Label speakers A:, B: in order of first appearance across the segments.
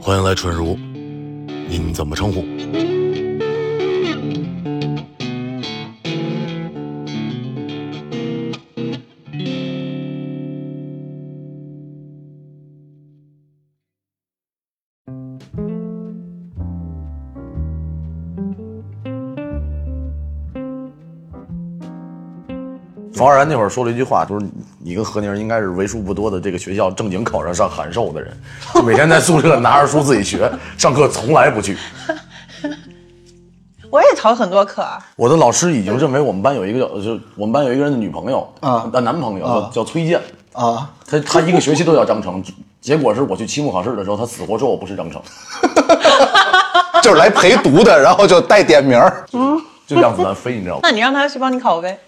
A: 欢迎来春如，您怎么称呼？
B: 冯二然那会儿说了一句话，就是你跟何宁应该是为数不多的这个学校正经考上上函授的人， 就每天在宿舍拿着书自己学， 上课从来不去。
C: 我也逃很多课啊，
B: 我的老师已经认为我们班有一个叫，就我们班有一个人的女朋友
D: 啊
B: 呃男朋友
D: 啊
B: 叫叫崔健，
D: 啊，
B: 他他一个学期都叫张成， 结果是我去期末考试的时候，他死活说我不是张成，
D: 就是来陪读的，然后就带点名儿。
B: 就让子弹飞，你知道吗？
C: 那你让他去帮你考呗。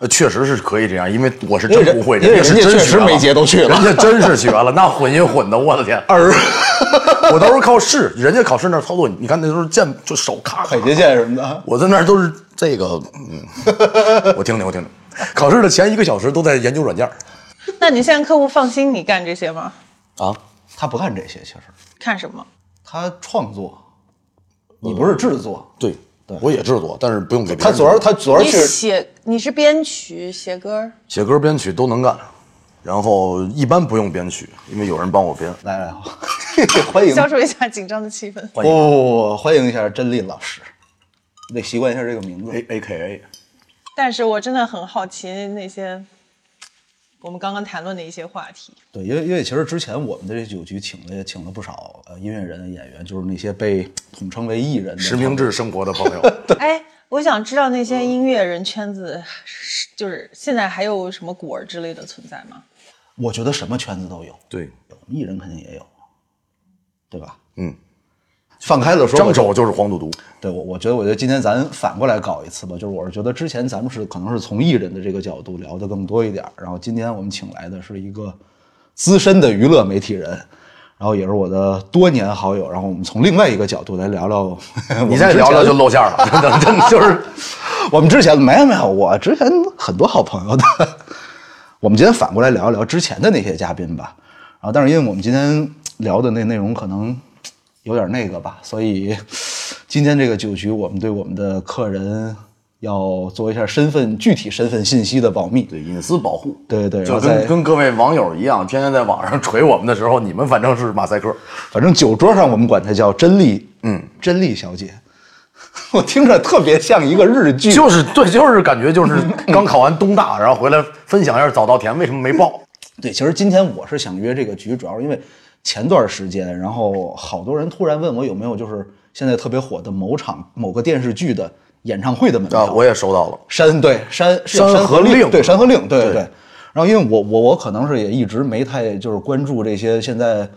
B: 呃，确实是可以这样，因为我是
D: 因为
B: 真
D: 人
B: 不会，
D: 因为
B: 家是
D: 人家
B: 真
D: 确实
B: 学了
D: 每节都去了
B: 人家真是学了，那混音混的，我的天！
D: 二
B: 我都是靠试，人家考试那儿操作，你看那都是键就手咔咔
D: 海杰线什么的，
B: 我在那儿都是这个，嗯，我听听，我听听。考试的前一个小时都在研究软件儿
C: 那你现在客户放心你干这些吗？
B: 啊，
D: 他不干这些，其实
C: 看什么？
D: 他创作，你不是制作。
B: 对，我也制作，但是不用给别人
D: 他昨儿
B: 做
D: 他昨儿
C: 你
D: 去
C: 写你是编曲写歌，
B: 写歌编曲都能干，然后一般不用编曲，因为有人帮我编。
D: 来 来，欢迎
C: 消除一下紧张的气氛。
D: 不不不不，欢迎一下甄丽老师，你得习惯一下这个名字。
B: A A K A，
C: 但是我真的很好奇那些我们刚刚谈论的一些话题。
D: 对，因为因为其实之前我们的这酒局请了请了不少呃音乐人、演员，就是那些被统称为艺人的
B: 实名制生活的朋友，
C: 哎，我想知道那些音乐人圈子是，就是现在还有什么果儿之类的存在吗？
D: 我觉得什么圈子都有，
B: 对，
D: 有艺人肯定也有，对吧？
B: 嗯，
D: 放开了说，
B: 张
D: 我就
B: 手就是黄赌 毒，
D: 对我，我觉得，我觉得今天咱反过来搞一次吧，就是我是觉得之前咱们是可能是从艺人的这个角度聊的更多一点儿，然后今天我们请来的是一个资深的娱乐媒体人，然后也是我的多年好友，然后我们从另外一个角度来聊聊我们
B: 你
D: 之前，
B: 再聊聊就露馅儿了，真的 真的就是
D: 我们之前没有没有，我之前很多好朋友的。 我们今天反过来聊一聊之前的那些嘉宾吧。然后，但是因为我们今天聊的那内容可能有点那个吧，所以今天这个酒局，我们对我们的客人要做一下身份具体身份信息的保密。
B: 对隐私保护，
D: 对对
B: 就
D: 然后再
B: 跟跟各位网友一样，天天在网上 锤我们的时候，你们反正是马赛克。
D: 反正酒桌上我们管她叫真丽，嗯，真丽小姐。 我听着特别像一个日剧，
B: 就是对，就是感觉 就是刚考完东大，然后回来分享一下早稻田为什么没报。
D: 对，其实今天我是想约这个局，主要是因为前段时间，然后好多人突然问我有没有就是现在特别火的某场某个电视剧的演唱会的门票。
B: 啊，我也收到了。
D: 山对山是叫
B: 山
D: 山
B: 河
D: 令
B: 令
D: 对山河令对
B: 对
D: 对对。然后因为我我我可能是也一直没太就是关注这些现在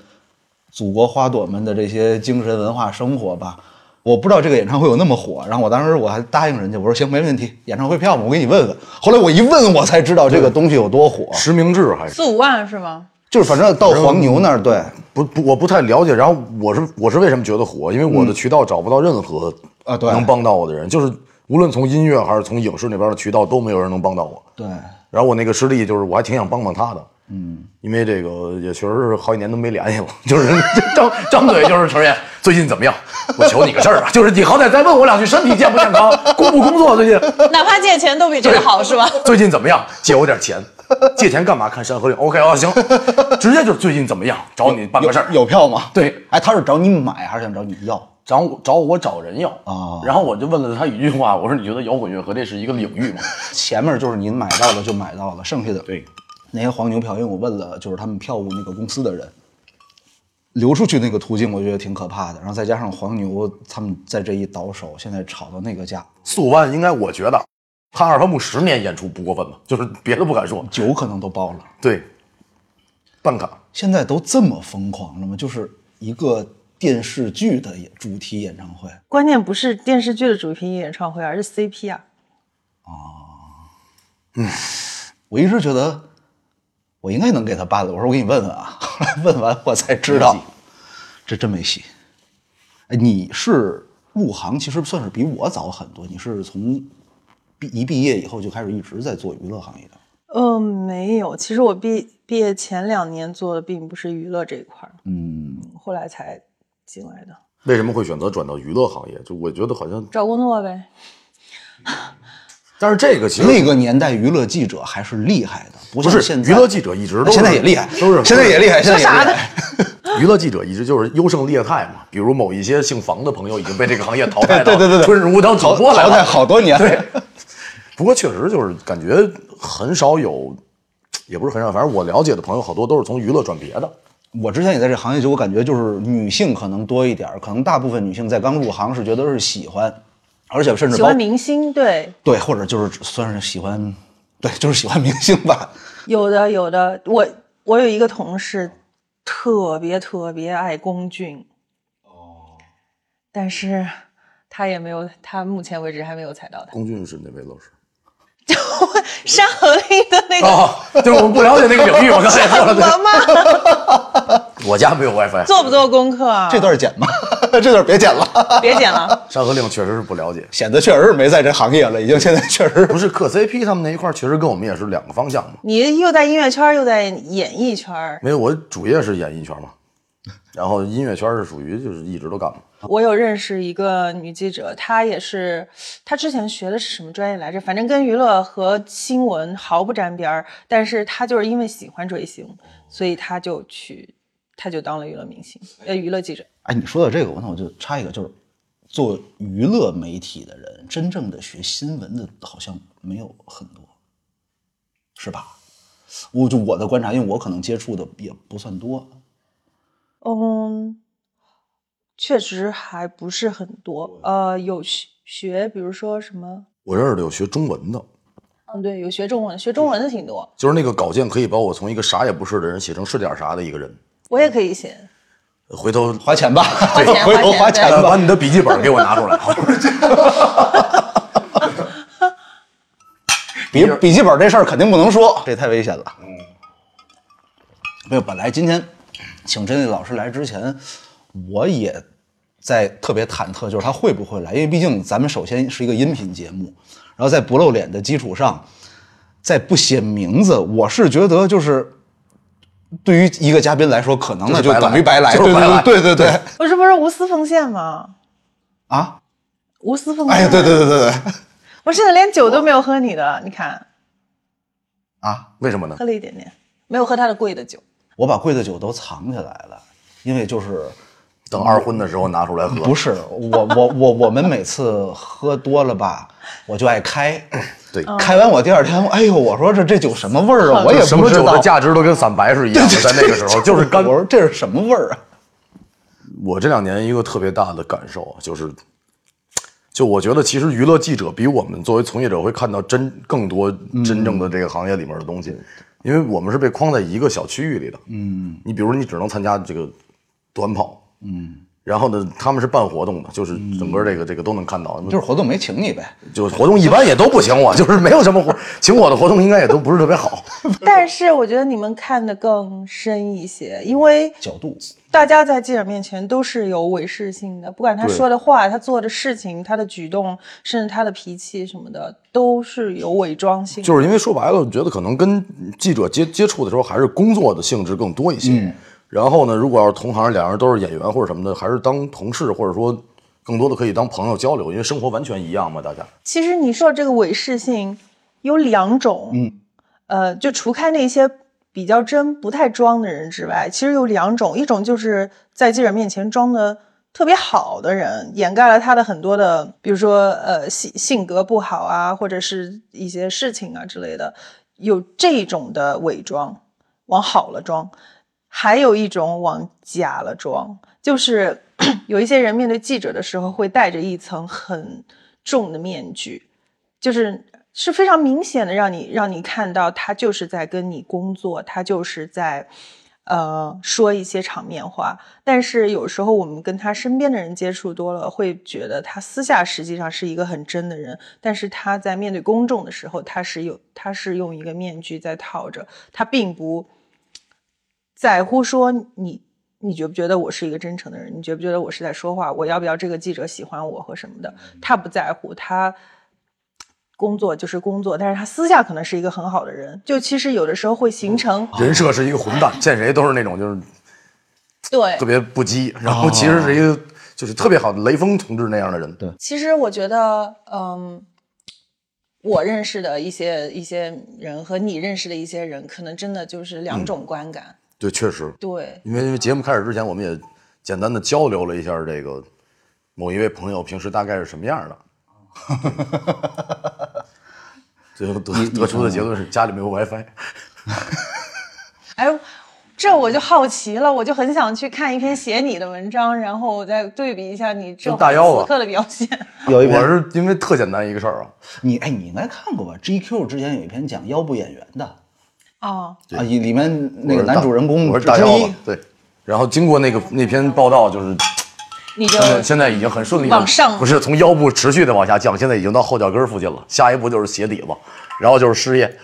D: 祖国花朵们的这些精神文化生活吧。我不知道这个演唱会有那么火，然后我当时我还答应人家，我说行，没问题，演唱会票嘛，我给你问问。后来我一问，我才知道这个东西有多火。
B: 实名制还是
C: 四五万是 吗？
D: 就是反正到黄牛那儿，对，
B: 不不，我不太了解。然后我是我是为什么觉得火？因为我的渠道找不到任何
D: 啊对
B: 能帮到我的人，就是无论从音乐还是从影视那边的渠道都没有人能帮到我。
D: 对，
B: 然后我那个师弟就是我还挺想帮帮他的，嗯，因为这个也确实是好几年都没联系了，就是 张张嘴就是陈爷最近怎么样？我求你个事儿啊，就是你好歹再问我两句，身体健不健康，工不工作最近。
C: 哪怕借钱都比这个好是吧？
B: 最近怎么样？借我点钱。借钱干嘛？看《山河令》。OK 啊，行，直接就是最近怎么样？找你办个事儿。
D: 有票吗？
B: 对，
D: 哎，他是找你买还是想找你要？
B: 找我找我找人要
D: 啊
B: 然后我就问了他一句话，我说你觉得摇滚乐和这是一个领域吗？
D: 前面就是您买到了就买到了，剩下的
B: 对，
D: 那些黄牛票，因为我问了就是他们票务那个公司的人，流出去那个途径，我觉得挺可怕的。然后再加上黄牛他们在这一倒手，现在炒到那个价，
B: 四五万应该我觉得，他二番木十年演出不过分吧？就是别的不敢说，
D: 酒可能都爆了。
B: 对，办卡
D: 现在都这么疯狂了吗？就是一个电视剧的演主题演唱会，
C: 关键不是电视剧的主题演唱会，而是 CP 啊。
D: 我一直觉得我应该能给他办了。我说我给你问问啊， 后来问完我才知道
B: 没戏，
D: 这真没戏。哎，你是入行其实算是比我早很多，你是从毕一毕业以后就开始一直在做娱乐行业的。
C: 嗯，没有。其实我毕毕业前两年做的并不是娱乐这一块儿，
D: 嗯，
C: 后来才进来的，
B: 为什么会选择转到娱乐行业？就我觉得好像，
C: 找工作呗。
B: 但是这个其实
D: 那个年代娱乐记者还是厉害的，不
B: 不
D: 像
B: 是
D: 现在
B: 娱乐记者，一直都
D: 现在也厉害，
B: 都是
D: 现在也厉害，现在也
C: 啥
D: 厉
C: 呢
D: 害。
B: 娱乐记者一直就是优胜劣汰嘛。比如某一些姓房的朋友已经被这个行业淘汰到
D: 对对对对
B: 春如当主播来
D: 淘汰
B: 了。
D: 好多年，
B: 对，不过确实就是感觉很少有，也不是很少，反正我了解的朋友好多都是从娱乐转别的。
D: 我之前也在这行业，就我感觉就是女性可能多一点儿，可能大部分女性在刚入行是觉得是喜欢，而且甚至
C: 喜
D: 包
C: 欢明星，对，
D: 对，或者就是算是喜欢， 对，就是喜欢明星吧。
C: 有的有的。我我有一个同事，特别特别爱龚俊，哦，但是他也没有，他目前为止还没有踩到他。
B: 龚俊是哪位老师？
C: 山河令的那个
B: 哦，对，我们不了解那个领域，我刚才也说了，哦对
C: 什么？
B: 我家没有 WiFi。
C: 做不做功课啊？
D: 这段剪吧， 这段别剪了，
C: 别剪了。
B: 山河令确实是不了解，
D: 显得确实是没在这行业了，已经现在确实
B: 不是嗑 CP 他们那一块儿，确实跟我们也是两个方向嘛。
C: 你又在音乐圈儿，又在演艺圈儿。
B: 没有，我主业是演艺圈嘛，然后音乐圈是属于就是一直都干嘛。
C: 我有认识一个女记者，她也是，她之前学的是什么专业来着？反正跟娱乐和新闻毫不沾边儿。但是她就是因为喜欢追星，所以她就去，她就当了娱乐明星，呃，娱乐记者。
D: 哎，你说到这个，我那我就插一个，就是做娱乐媒体的人，真正的学新闻的，好像没有很多，是吧？我就我的观察，因为我可能接触的也不算多。
C: 嗯，确实还不是很多。呃，有学学，比如说什么？
B: 我认识的有学中文的，
C: 嗯，对，有学中文，学中文的挺多。
B: 就是那个稿件可以把我从一个啥也不是的人写成是点啥的一个人。
C: 我也可以写。
B: 回头
D: 花钱吧，花
C: 钱
D: 回头
C: 花
D: 花
C: 钱
D: 钱
B: 呃
D: 吧。
B: 把你的笔记本给我拿出来。
D: 笔笔记本这事儿肯定不能说，这太危险了。嗯，没有，本来今天请珍妮老师来之前，我也在特别忐忑，就是她会不会来，因为毕竟咱们首先是一个音频节目，然后在不露脸的基础上，在不写名字，我是觉得就是。对于一个嘉宾来说，可能那
B: 就是白
D: 就
B: 来
D: 等于白来，
B: 就是
D: 对
B: 白来
D: 对对对对对
C: 我这不是无私奉献吗？
D: 啊！
C: 无私奉献。
D: 哎呀，对对对对对
C: 我现在连酒都没有喝你的，你看，
D: 啊！
B: 为什么呢？
C: 喝了一点点，没有喝他的贵的酒。
D: 我把贵的酒都藏起来了，因为就是
B: 等二婚的时候拿出来喝。
D: 不是我我我我们每次喝多了吧，我就爱开，
B: 对，
D: 开完我第二天，哎呦，我说这这酒什么味儿啊？我也
B: 就
D: 不
B: 什么
D: 知
B: 酒
D: 道
B: 的价值都跟散白是一样的，在那个时候就是干
D: 我说这是什么味儿啊？
B: 我这两年一个特别大的感受啊，就是，就我觉得其实娱乐记者比我们作为从业者会看到真更多真正的这个行业里面的东西，因为我们是被框在一个小区域里的。嗯，你比如你只能参加这个短跑，嗯，然后呢，他们是办活动的，就是整个这个这个都能看到，
D: 就是活动没请你呗，
B: 就活动一般也都不请我，就是没有什么活，请我的活动应该也都不是特别好。
C: 但是我觉得你们看得更深一些，因为
D: 角度
B: 啊
C: 大家在记者面前都是有伪饰性的，不管他
B: 对
C: 说的话、他做的事情、他的举动，甚至他的脾气什么的，都是有伪装性的。
B: 就是因为说白了，我觉得可能跟记者接接触的时候，还是工作的性质更多一些。然后呢，如果要是同行，两人都是演员或者什么的，还是当同事，或者说更多的可以当朋友交流，因为生活完全一样嘛，大家。
C: 其实你说这个伪饰性有两种，嗯，呃，就除开那些比较真、不太装的人之外，其实有两种，一种就是在记者面前装的特别好的人，掩盖了他的很多的，比如说呃性性格不好啊，或者是一些事情啊之类的，有这种的伪装，往好了装。还有一种往假了装，就是 有一些人面对记者的时候会戴着一层很重的面具，就是是非常明显的让你让你看到他就是在跟你工作，他就是在呃说一些场面话。但是有时候我们跟他身边的人接触多了，会觉得他私下实际上是一个很真的人，但是他在面对公众的时候，他是有他是用一个面具在套着，他并不。在乎说你你觉不觉得我是一个真诚的人？你觉不觉得我是在说话？我要不要这个记者喜欢我和什么的？他不在乎，他工作就是工作，但是他私下可能是一个很好的
B: 哦
C: 人。就其实有的时候会形成
B: 人设是一个混蛋，见谁都是那种就是
C: 对
B: 特，别不羁，然后其实是一个就是特别好的雷锋同志那样的人。
D: 对
C: 其实我觉得，嗯，我认识的一些一些人和你认识的一些人，可能真的就是两种观感。
B: 对，确实，
C: 对，
B: 因为因为节目开始之前，我们也简单的交流了一下这个某一位朋友平时大概是什么样的。 最后得得出的结论是家里没有 WiFi。
C: 哎，这我就好奇了，我就很想去看一篇写你的文章，然后我再对比一下你这
B: 跟大腰子
C: 此刻的表现。
D: 有 一
B: 我
D: 篇
B: 是因为特简单一个事儿啊，
D: 你哎，你应该看过吧？GQ 之前有一篇讲腰部演员的
C: 哦，
D: 啊，里里面那
B: 我
D: 个
B: 是大
D: 男主人公
B: 我
D: 之
B: 是大腰
D: 一
B: 子，对。然后经过那个那篇报道，就是
C: 你就
B: 现
D: 嗯
B: 在现在已经很顺利地
C: 往上
B: 不是从腰部持续的往下降，现在已经到后脚跟儿附近了。下一步就是鞋底子，然后就是失业。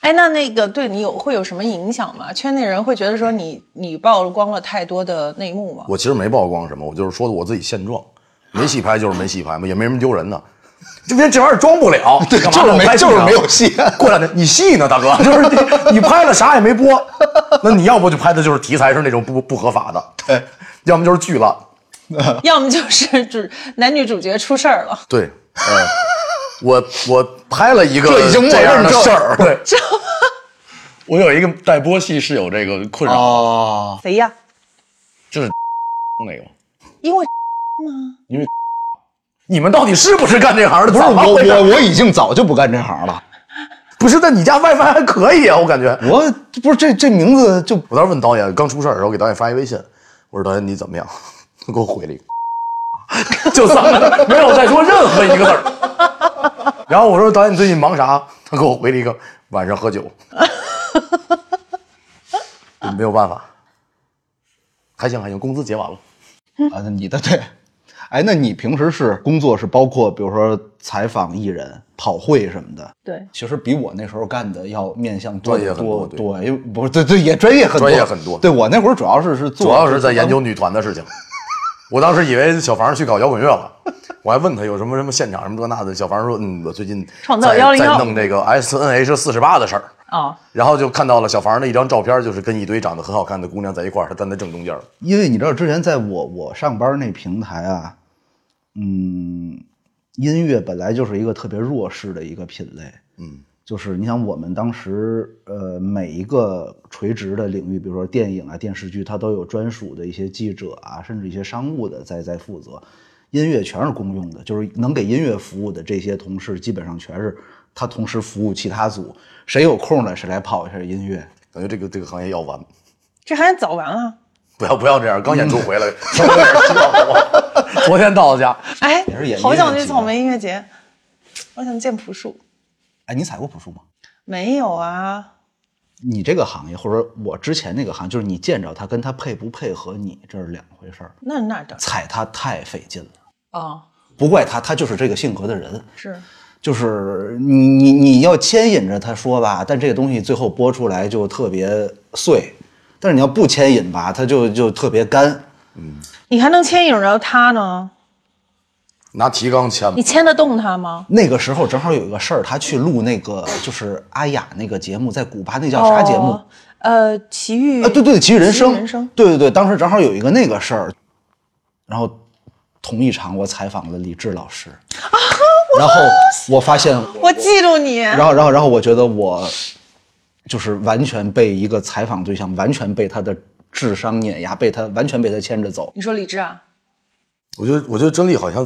C: 哎，那那个对你有会有什么影响吗？圈内人会觉得说你你曝光了太多的内幕吗？
B: 我其实没曝光什么，我就是说的我自己现状，没戏拍就是没戏拍嘛，也没什么丢人的。这边这玩意儿装不了，
D: 对，
B: 干
D: 就
B: 嘛
D: 是
B: 呢
D: 没
B: 拍
D: 就是
B: 呢
D: 没有戏。
B: 过两天你戏呢，大哥， 就是你你拍了啥也没播，那你要不就拍的就是题材是那种不不合法的，
D: 对，
B: 要么就是剧烂，
C: 要么就是主男女主角出事儿了。
B: 对，呃，我我拍了一个
D: 这已经默认
B: 样的
D: 这
B: 事儿，对， 我有一个待播戏是有这个困扰，
D: 哦，
C: 谁呀？
B: 那个，
C: 因为
B: 你们到底是不是干这行的？
D: 不是
B: 怎么
D: 我
B: 回事
D: 我我已经早就不干这行了。
B: 不是，但你家 WiFi 还可以啊，我感觉。
D: 我不是这这名字就
B: 我当时问导演，刚出事儿的时候给导演发一微信，我说导演你怎么样？ 他给我回了一个，就三个 字，没有再说任何一个字儿。然后我说导演你最近忙啥？ 他给我回了一个晚上喝酒，没有办法，还行还行，工资结完了。
D: 啊，那你的对，哎，那你平时是工作是包括比如说采访艺人、跑会什么的，
C: 对，
D: 其实比我那时候干的要面向多
B: 专业很
D: 多
B: 多
D: 多，因为不是对对也专业很多
B: 专业很多
D: 对我那会儿主要是是做
B: 主要是在研究女团的事情。我当时以为小房去搞摇滚乐了，我还问他有什么什么现场什么这那的。小房说：“嗯，我最近
C: 创造
B: 在
C: 101
B: 在弄这个 S N H 四十八的事儿。
C: 哦，”
B: 然后就看到了小房的一张照片，就是跟一堆长得很好看的姑娘在一块儿，她站在正中间儿。
D: 因为你知道之前在我我上班那平台啊，嗯，音乐本来就是一个特别弱势的一个品类，
B: 嗯，
D: 就是你想我们当时呃每一个垂直的领域，比如说电影啊、电视剧，它都有专属的一些记者啊，甚至一些商务的在在负责。音乐全是公用的，就是能给音乐服务的这些同事，基本上全是他同时服务其他组，谁有空了谁来跑一下音乐。
B: 感觉这个这个行业要完，
C: 这还早完啊了。
B: 不要不要这样。刚演出回 来，稍微有点激动好不好昨天到的家，
C: 哎
D: 也是演，
C: 好想
D: 音乐啊
C: 去
D: 节
C: 草莓音乐节，我想见朴树。
D: 哎，你采过朴树吗？
C: 没有啊，
D: 你这个行业，或者我之前那个行业，就是你见着他跟他配不配合你，这是两回事儿。
C: 那那当然
D: 踩他太费劲了，
C: 啊，
D: 不怪他，他就是这个性格的人。
C: 是
D: 就是你你你要牵引着他说吧，但这个东西最后播出来就特别碎；但是你要不牵引吧，他就就特别干。
C: 你还能牵引着他呢？
B: 拿提纲 签吧
C: 你牵得动他吗？
D: 那个时候正好有一个事儿，他去录那个就是阿雅那个节目，在古巴那叫啥节目？
C: 哦？呃，奇遇
D: 啊，对对，奇遇人生，
C: 奇遇人生
D: 对对对，当时正好有一个那个事儿，然后同一场我采访了李志老师，
C: 啊
D: 然后我发现，
C: 我记住你。
D: 然后然后然后我觉得我就是完全被一个采访对象，完全被他的智商碾压，被他完全被他牵着走。
C: 你说李志啊？
B: 我觉得我觉得真丽好像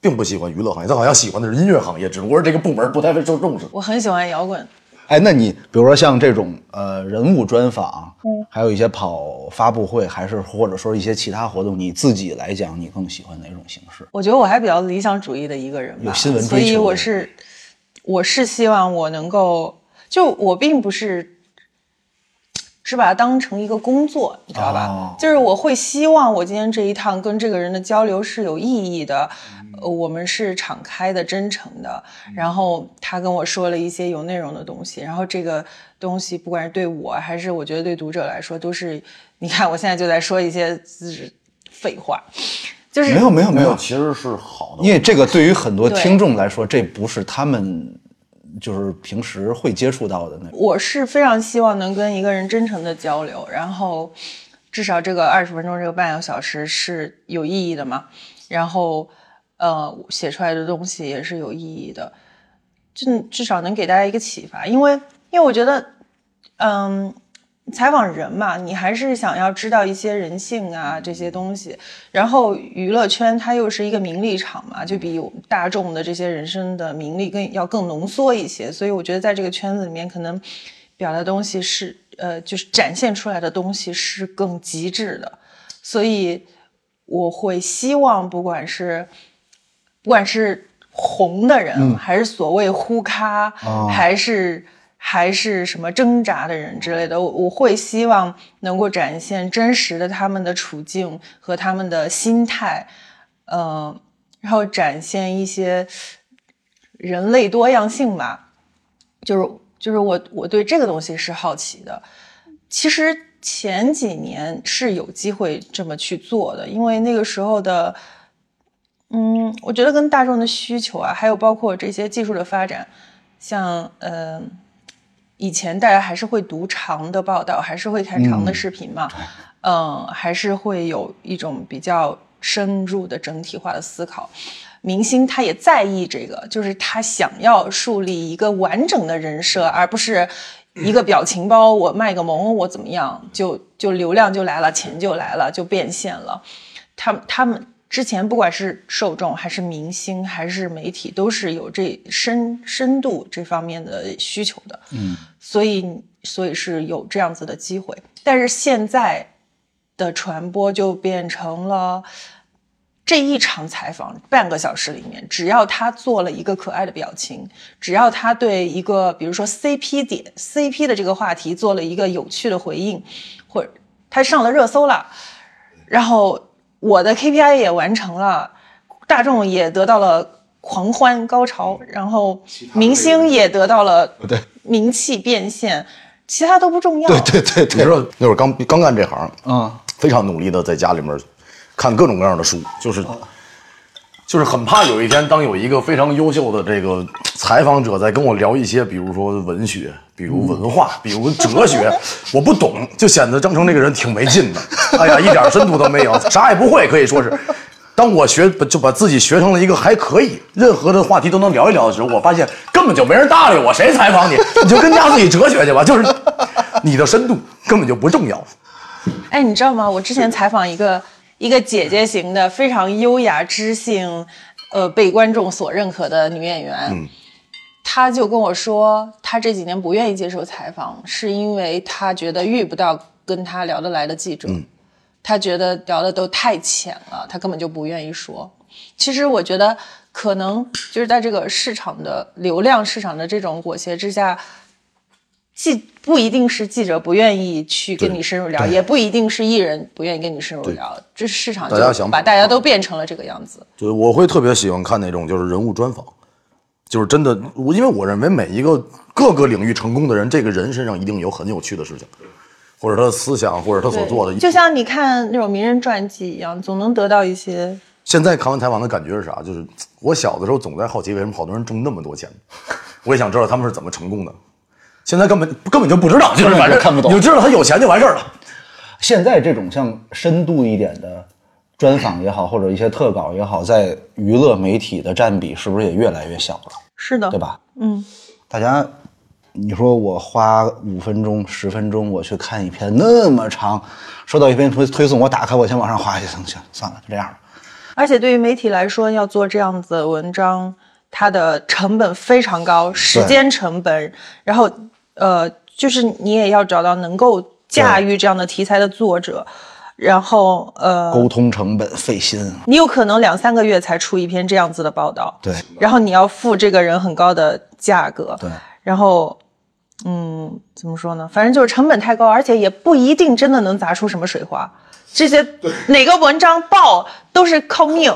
B: 并不喜欢娱乐行业，她好像喜欢的是音乐行业，只不过是这个部门不太被受重视。
C: 我很喜欢摇滚。
D: 哎，那你比如说像这种呃人物专访，嗯，还有一些跑发布会，还是或者说一些其他活动，你自己来讲，你更喜欢哪种形式？
C: 我觉得我还比较理想主义的一个人吧，
D: 有新闻
C: 所
D: 追求
C: 以我是我是希望我能够，就我并不是只把它当成一个工作，你知道吧？
D: 哦
C: 就是我会希望我今天这一趟跟这个人的交流是有意义的，
D: 嗯
C: 呃我们是敞开的、真诚的。然后他跟我说了一些有内容的东西，然后这个东西不管是对我还是我觉得对读者来说，都是你看我现在就在说一些就是废话，就是嗯
D: 没有没有没有，
B: 其实是好的。
D: 因为这个对于很多
C: 对
D: 听众来说，这不是他们就是平时会接触到的那种。
C: 我是非常希望能跟一个人真诚的交流，然后至少这个二十分钟、这个半个小时是有意义的嘛。然后，呃，写出来的东西也是有意义的，至至少能给大家一个启发。因为，因为我觉得，嗯，采访人嘛，你还是想要知道一些人性啊这些东西。然后，娱乐圈它又是一个名利场嘛，就比我们大众的这些人生的名利更要更浓缩一些。所以，我觉得在这个圈子里面，可能表达的东西是，呃，就是展现出来的东西是更极致的。所以，我会希望，不管是不管是红的人，还是所谓呼咖，
D: 哦
C: 还是还是什么挣扎的人之类的，我我会希望能够展现真实的他们的处境和他们的心态，嗯、然后展现一些人类多样性吧。就是就是我我对这个东西是好奇的。其实前几年是有机会这么去做的，因为那个时候的，嗯，我觉得跟大众的需求啊，还有包括这些技术的发展，像嗯、呃以前大家还是会读长的报道，还是会看长的视频嘛，嗯、还是会有一种比较深入的整体化的思考。明星他也在意这个，就是他想要树立一个完整的人设，而不是一个表情包，我卖个萌，我怎么样，就就流量就来了，钱就来了，就变现了。他们他们之前不管是受众还是明星还是媒体，都是有这深深度这方面的需求的。嗯，所以所以是有这样子的机会，但是现在的传播就变成了。这一场采访半个小时里面，只要他做了一个可爱的表情，只要他对一个比如说 CP 点 CP 的这个话题做了一个有趣的回应，或者他上了热搜了，然后我的 KPI 也完成了，大众也得到了狂欢高潮，然后明星也得到了
D: 哦对
C: 名气变现，其他都不重要。
D: 对对对
B: 你
D: 对，
B: 知道那会儿刚刚干这行，
D: 嗯，
B: 非常努力的在家里面看各种各样的书，就是就是很怕有一天，当有一个非常优秀的这个采访者在跟我聊一些，比如说文学，比如文化，比如哲学，我不懂，就显得张成这个人挺没劲的。哎呀，一点深度都没有，啥也不会，可以说是。当我学就把自己学成了一个还可以，任何的话题都能聊一聊的时候，我发现根本就没人搭理我，谁采访你？你就跟家自己哲学去吧，就是你的深度根本就不重要。
C: 哎，你知道吗？我之前采访一个一个姐姐型的，非常优雅知性，呃，被观众所认可的女演员，
D: 嗯
C: 她就跟我说，她这几年不愿意接受采访，是因为她觉得遇不到跟她聊得来的记者，
B: 嗯
C: 她觉得聊的都太浅了，她根本就不愿意说。其实我觉得，可能就是在这个市场的流量市场的这种裹挟之下，记不一定是记者不愿意去跟你深入聊，也不一定是艺人不愿意跟你深入聊，这市场
B: 大家
C: 就
B: 想
C: 把
B: 法
C: 大家都变成了这个样子。
B: 对，我会特别喜欢看那种就是人物专访，就是真的，我因为我认为每一个各个领域成功的人，这个人身上一定有很有趣的事情，或者他的思想，或者他所
C: 对，
B: 做的。
C: 就像你看那种名人传记一样，总能得到一些。
B: 现在看完采访的感觉是啥？就是我小的时候总在好奇，为什么好多人挣那么多钱？ 我也想知道他们是怎么成功的。现在根本根本就不知道，就是
D: 根本就
B: 反正
D: 看不懂
B: 你就知道他有钱就完事儿了。
D: 现在这种像深度一点的专访也好，或者一些特稿也好，在娱乐媒体的占比是不是也越来越小了？
C: 是的，
D: 对？吧？
C: 嗯，
D: 大家，你说我花五分钟、十分钟，我去看一篇那么长，收到一篇推推送，我打开，我先往上滑一层，行，算了，就这样吧。
C: 而且对于媒体来说，要做这样子的文章，它的成本非常高，时间成本，然后呃，就是你也要找到能够驾驭这样的题材的作者，然后呃，
D: 沟通成本费心，
C: 你有可能两三个月才出一篇这样子的报道，
D: 对，
C: 然后你要付这个人很高的价格，
D: 对，
C: 然后。嗯，怎么说呢？反正就是成本太高，而且也不一定真的能砸出什么水花。这些哪个文章爆都是靠命。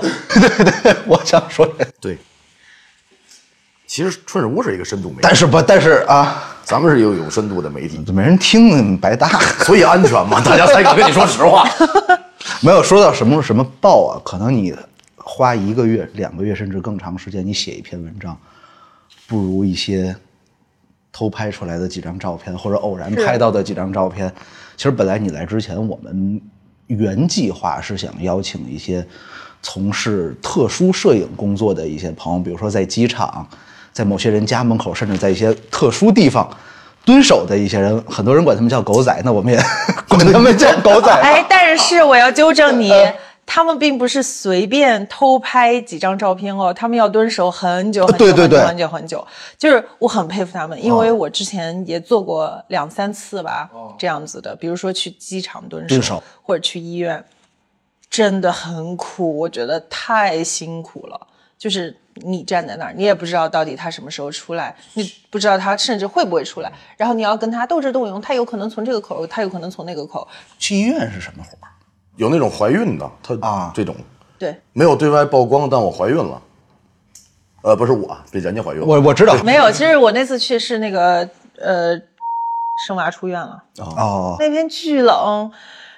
D: 我想说这，
B: 对，其实春日屋是一个深度媒体，
D: 但是不，但是啊，
B: 咱们是一个有深度的媒体，
D: 没人听，你白搭。
B: 所以安全嘛，大家才敢跟你说实话。
D: 没有说到什么什么爆啊，可能你花一个月、两个月甚至更长时间，你写一篇文章，不如一些偷拍出来的几张照片，或者偶然拍到的几张照片。其实本来你来之前，我们呃原计划是想邀请一些从事特殊摄影工作的一些朋友，比如说在机场，在某些人家门口，甚至在一些特殊地方。蹲守的一些人，很多人管他们叫狗仔，那我们也 管他们叫狗仔吧。
C: 哎，但是我要纠正你，
D: 嗯
C: 他们并不是随便偷拍几张照片哦，他们要蹲守很久很久
D: 对对
C: 很久
D: 对哦
C: 很久很久。就是我很佩服他们，因为我之前也做过两三次吧，这样子的，比如说去机场蹲守，
D: 蹲守
C: 或者去医院，真的很苦，我觉得太辛苦了。就是你站在那儿，你也不知道到底他什么时候出来，你不知道他甚至会不会出来，然后你要跟他斗智斗勇，他有可能从这个口，他有可能从那个口，
D: 去医院是什么活儿？
B: 有那种怀孕的，他
D: 啊
B: 这种
C: 对。
B: 没有对外曝光，但我怀孕了。呃，不是我，是人家怀孕了。
D: 我我知道
C: 没有，其实我那次去是那个呃，生娃出院了，
D: 哦
C: 那边巨冷，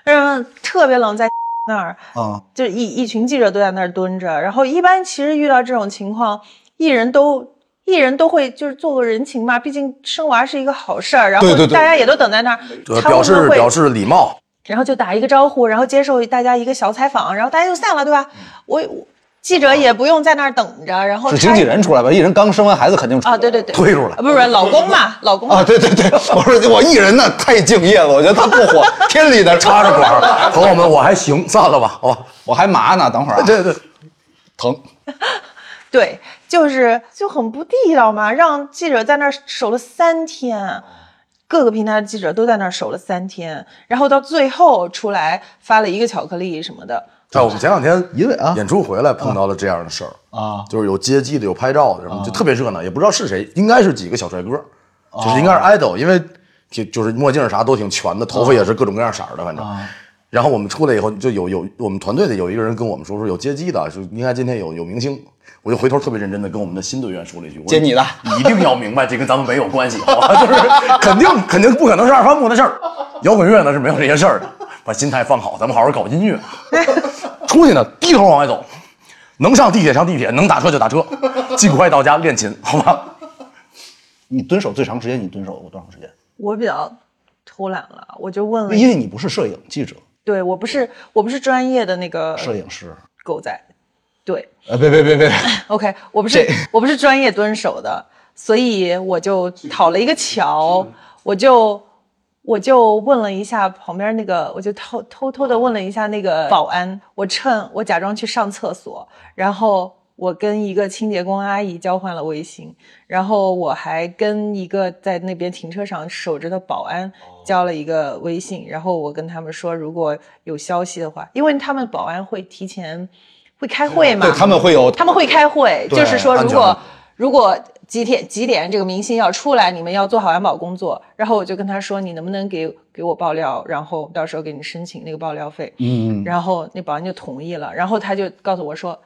C: 嗯，特别冷，在那儿
D: 哦
C: 就一一群记者都在那儿蹲着，然后一般其实遇到这种情况，艺人都。艺人都会就是做个人情嘛，毕竟生娃是一个好事儿，然后
D: 对对对
C: 大家也都等在那儿，
B: 呃，
C: 他们
B: 表示
C: 会
B: 表示礼貌，
C: 然后就打一个招呼，然后接受大家一个小采访，然后大家就散了，对吧？我我记者也不用在那儿等着，然后
D: 是
C: 他
D: 经纪人出来吧？艺人刚生完孩子肯定出
C: 哦
D: 来
C: 啊，对对对，
B: 推出来
C: 啊，不是不是老公嘛，老公嘛
D: 啊，对对 对，我说我艺人呢太敬业了，我觉得他不火，天理的
B: 插
D: 插
B: 着
D: 着
B: 管
D: 管儿，
B: 儿。朋友们，我还行，散了吧，好吧。
D: 我还麻呢，等会儿啊，
B: 对对，
D: 疼，
C: 对，就是就很不地道嘛，让记者在那儿守了三
D: 哦
C: 天，各个平台的记者都在那儿守了三天，然后到最后出来发了一个巧克力什么的，
B: 哎，我们前两天
D: 因为啊
B: 演出回来碰到了这样的事儿
D: 啊
B: 就是有接机的，有拍照的什么，就特别热闹，也不知道是谁，应该是几个小帅哥，
D: 啊
B: 就是应该是 idol，因为挺就是墨镜啥都挺全的，头发也是各种各样色儿的，反正。
D: 啊
B: 然后我们出来以后，就有有我们团队的有一个人跟我们说说有接机的，说应该今天有有明星，我就回头特别认真的跟我们的新队员说了一句，我说
D: 接你的
B: 一定要明白这跟咱们没有关系，好吧？就是肯定肯定不可能是二番木的事儿，摇滚乐呢是没有这些事儿的，把心态放好，咱们好好搞音乐。出去呢，低头往外走，能上地铁上地铁，能打车就打车，尽快到家练琴，好吧？
D: 你蹲守最长时间，你蹲守过多长时间？
C: 我比较偷懒了，我就问了一，
D: 因为你不是摄影记者，
C: 对我不是我不是专业的那个
D: 摄影师，
C: 狗仔，对
D: 呃，别别别 别，
C: ，OK，我不是我不是专业蹲守的，所以我就讨了一个巧，我就。我就问了一下旁边那个，我就偷偷偷的问了一下那
D: 啊
C: 个保安，我趁我假装去上厕所，然后我跟一个清洁工阿姨交换了微信，然后我还跟一个在那边停车场守着的保安
D: 哦
C: 交了一个微信，然后我跟他们说如果有消息的话，因为他们保安会提前会开会嘛，
D: 对，他们会有
C: 他们会开会，
D: 对
C: 就是说
B: 安
C: 如
B: 全
C: 果
B: 问题
C: 如果几点几点这个明星要出来，你们要做好安保工作。然后我就跟他说，你能不能给给我爆料，然后到时候给你申请那个爆料费。
D: 嗯，
C: 然后那保安就同意了，然后他就告诉我说，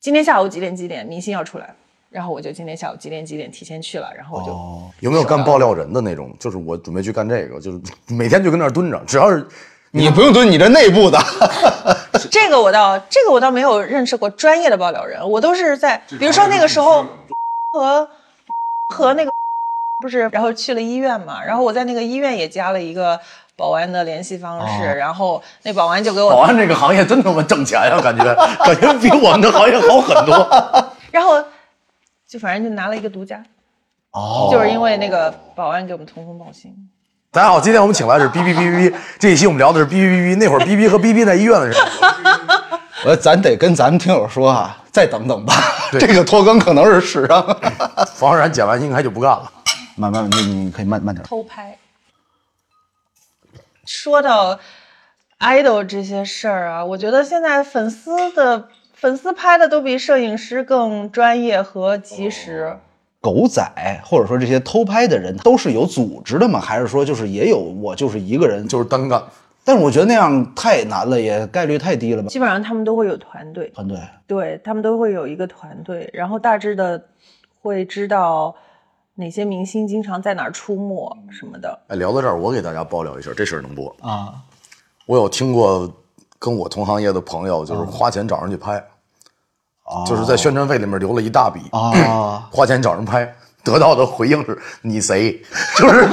C: 今天下午几点几点明星要出来。然后我就今天下午几点几点提前去了，然后我就、
D: 哦，
B: 有没有干爆料人的那种？就是我准备去干这个，就是每天就跟那儿蹲着，只要是
D: 你不用蹲，你这内部的，
C: 这个我倒这个我倒没有认识过专业的爆料人，我都是在比如说那个时候和和那个不是，然后去了医院嘛，然后我在那个医院也加了一个保安的联系方式，然后那哦保安就给
B: 保
C: 我，
B: 安这个行业真他妈挣钱啊，感觉感觉比我们的行业好很多。
C: 然后就反正就拿了一个独家，
D: 哦
C: 就是因为那个保安给我们通风报信。
B: 大家好，今天我们请来的是哔哔哔哔哔，这一期我们聊的是哔哔哔哔，那会儿哔哔和哔哔在医院的人。
D: 我呃咱得跟咱们听友说啊，再等等吧，
B: 对
D: 这个拖更可能是史上，
B: 房然剪完应该就不干了。
D: 慢慢，你你可以慢慢点，
C: 偷拍。说到 idol 这些事儿啊，我觉得现在粉丝的粉丝拍的都比摄影师更专业和及
B: 哦
C: 时。
D: 狗仔或者说这些偷拍的人都是有组织的吗？还是说就是也有我就是一个人？
B: 就是单干，
D: 但是我觉得那样太难了，也概率太低了吧？
C: 基本上他们都会有团队，
D: 团队
C: 对他们都会有一个团队，然后大致的会知道哪些明星经常在哪儿出没什么的。
B: 哎，聊到这儿，我给大家爆料一下，这事儿能播。
D: 啊，
B: 我有听过跟我同行业的朋友，就是花钱找人去拍，就是在宣传费里面留了一大笔，
D: 啊，
B: 花钱找人拍，得到的回应是你谁， 就是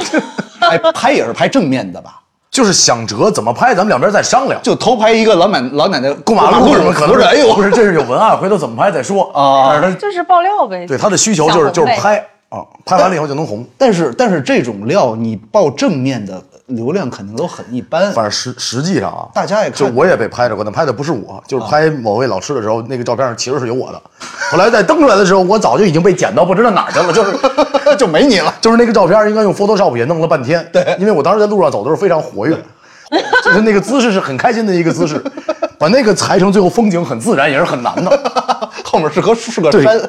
D: 哎，拍也是拍正面的吧？
B: 就是想辙怎么拍，咱们两边再商量。
D: 就偷拍一个老奶老奶奶
B: 过马路
D: 什
B: 什
D: 么
B: 么可能
D: 是
B: 是
D: 哎呦，
B: 不是，这是有文案，回头怎么拍再说
D: 啊
B: 但是他
E: 就是爆料呗。
B: 嗯对他的需求就是
E: 想
B: 就
E: 红
B: 是
E: 呗
B: 拍啊，拍完了以后就能红。
D: 但是但是这种料你爆正面的流量肯定都很一般，
B: 反正实实际上啊，
D: 大家也看
B: 就我也被拍着过，但拍的不是我，就是拍某位老师的时候，那个照片上其实是有我的。后来在登出来的时候，我早就已经被剪到不知道哪儿去了，就是
D: 就没你了。
B: 就是那个照片应该用 Photoshop 也弄了半天。对，因为我当时在路上走的时候非常活跃，就是那个姿势是很开心的一个姿势，把那个裁成最后风景很自然也是很难的。
D: 后面是个 是个
B: 对
D: 山，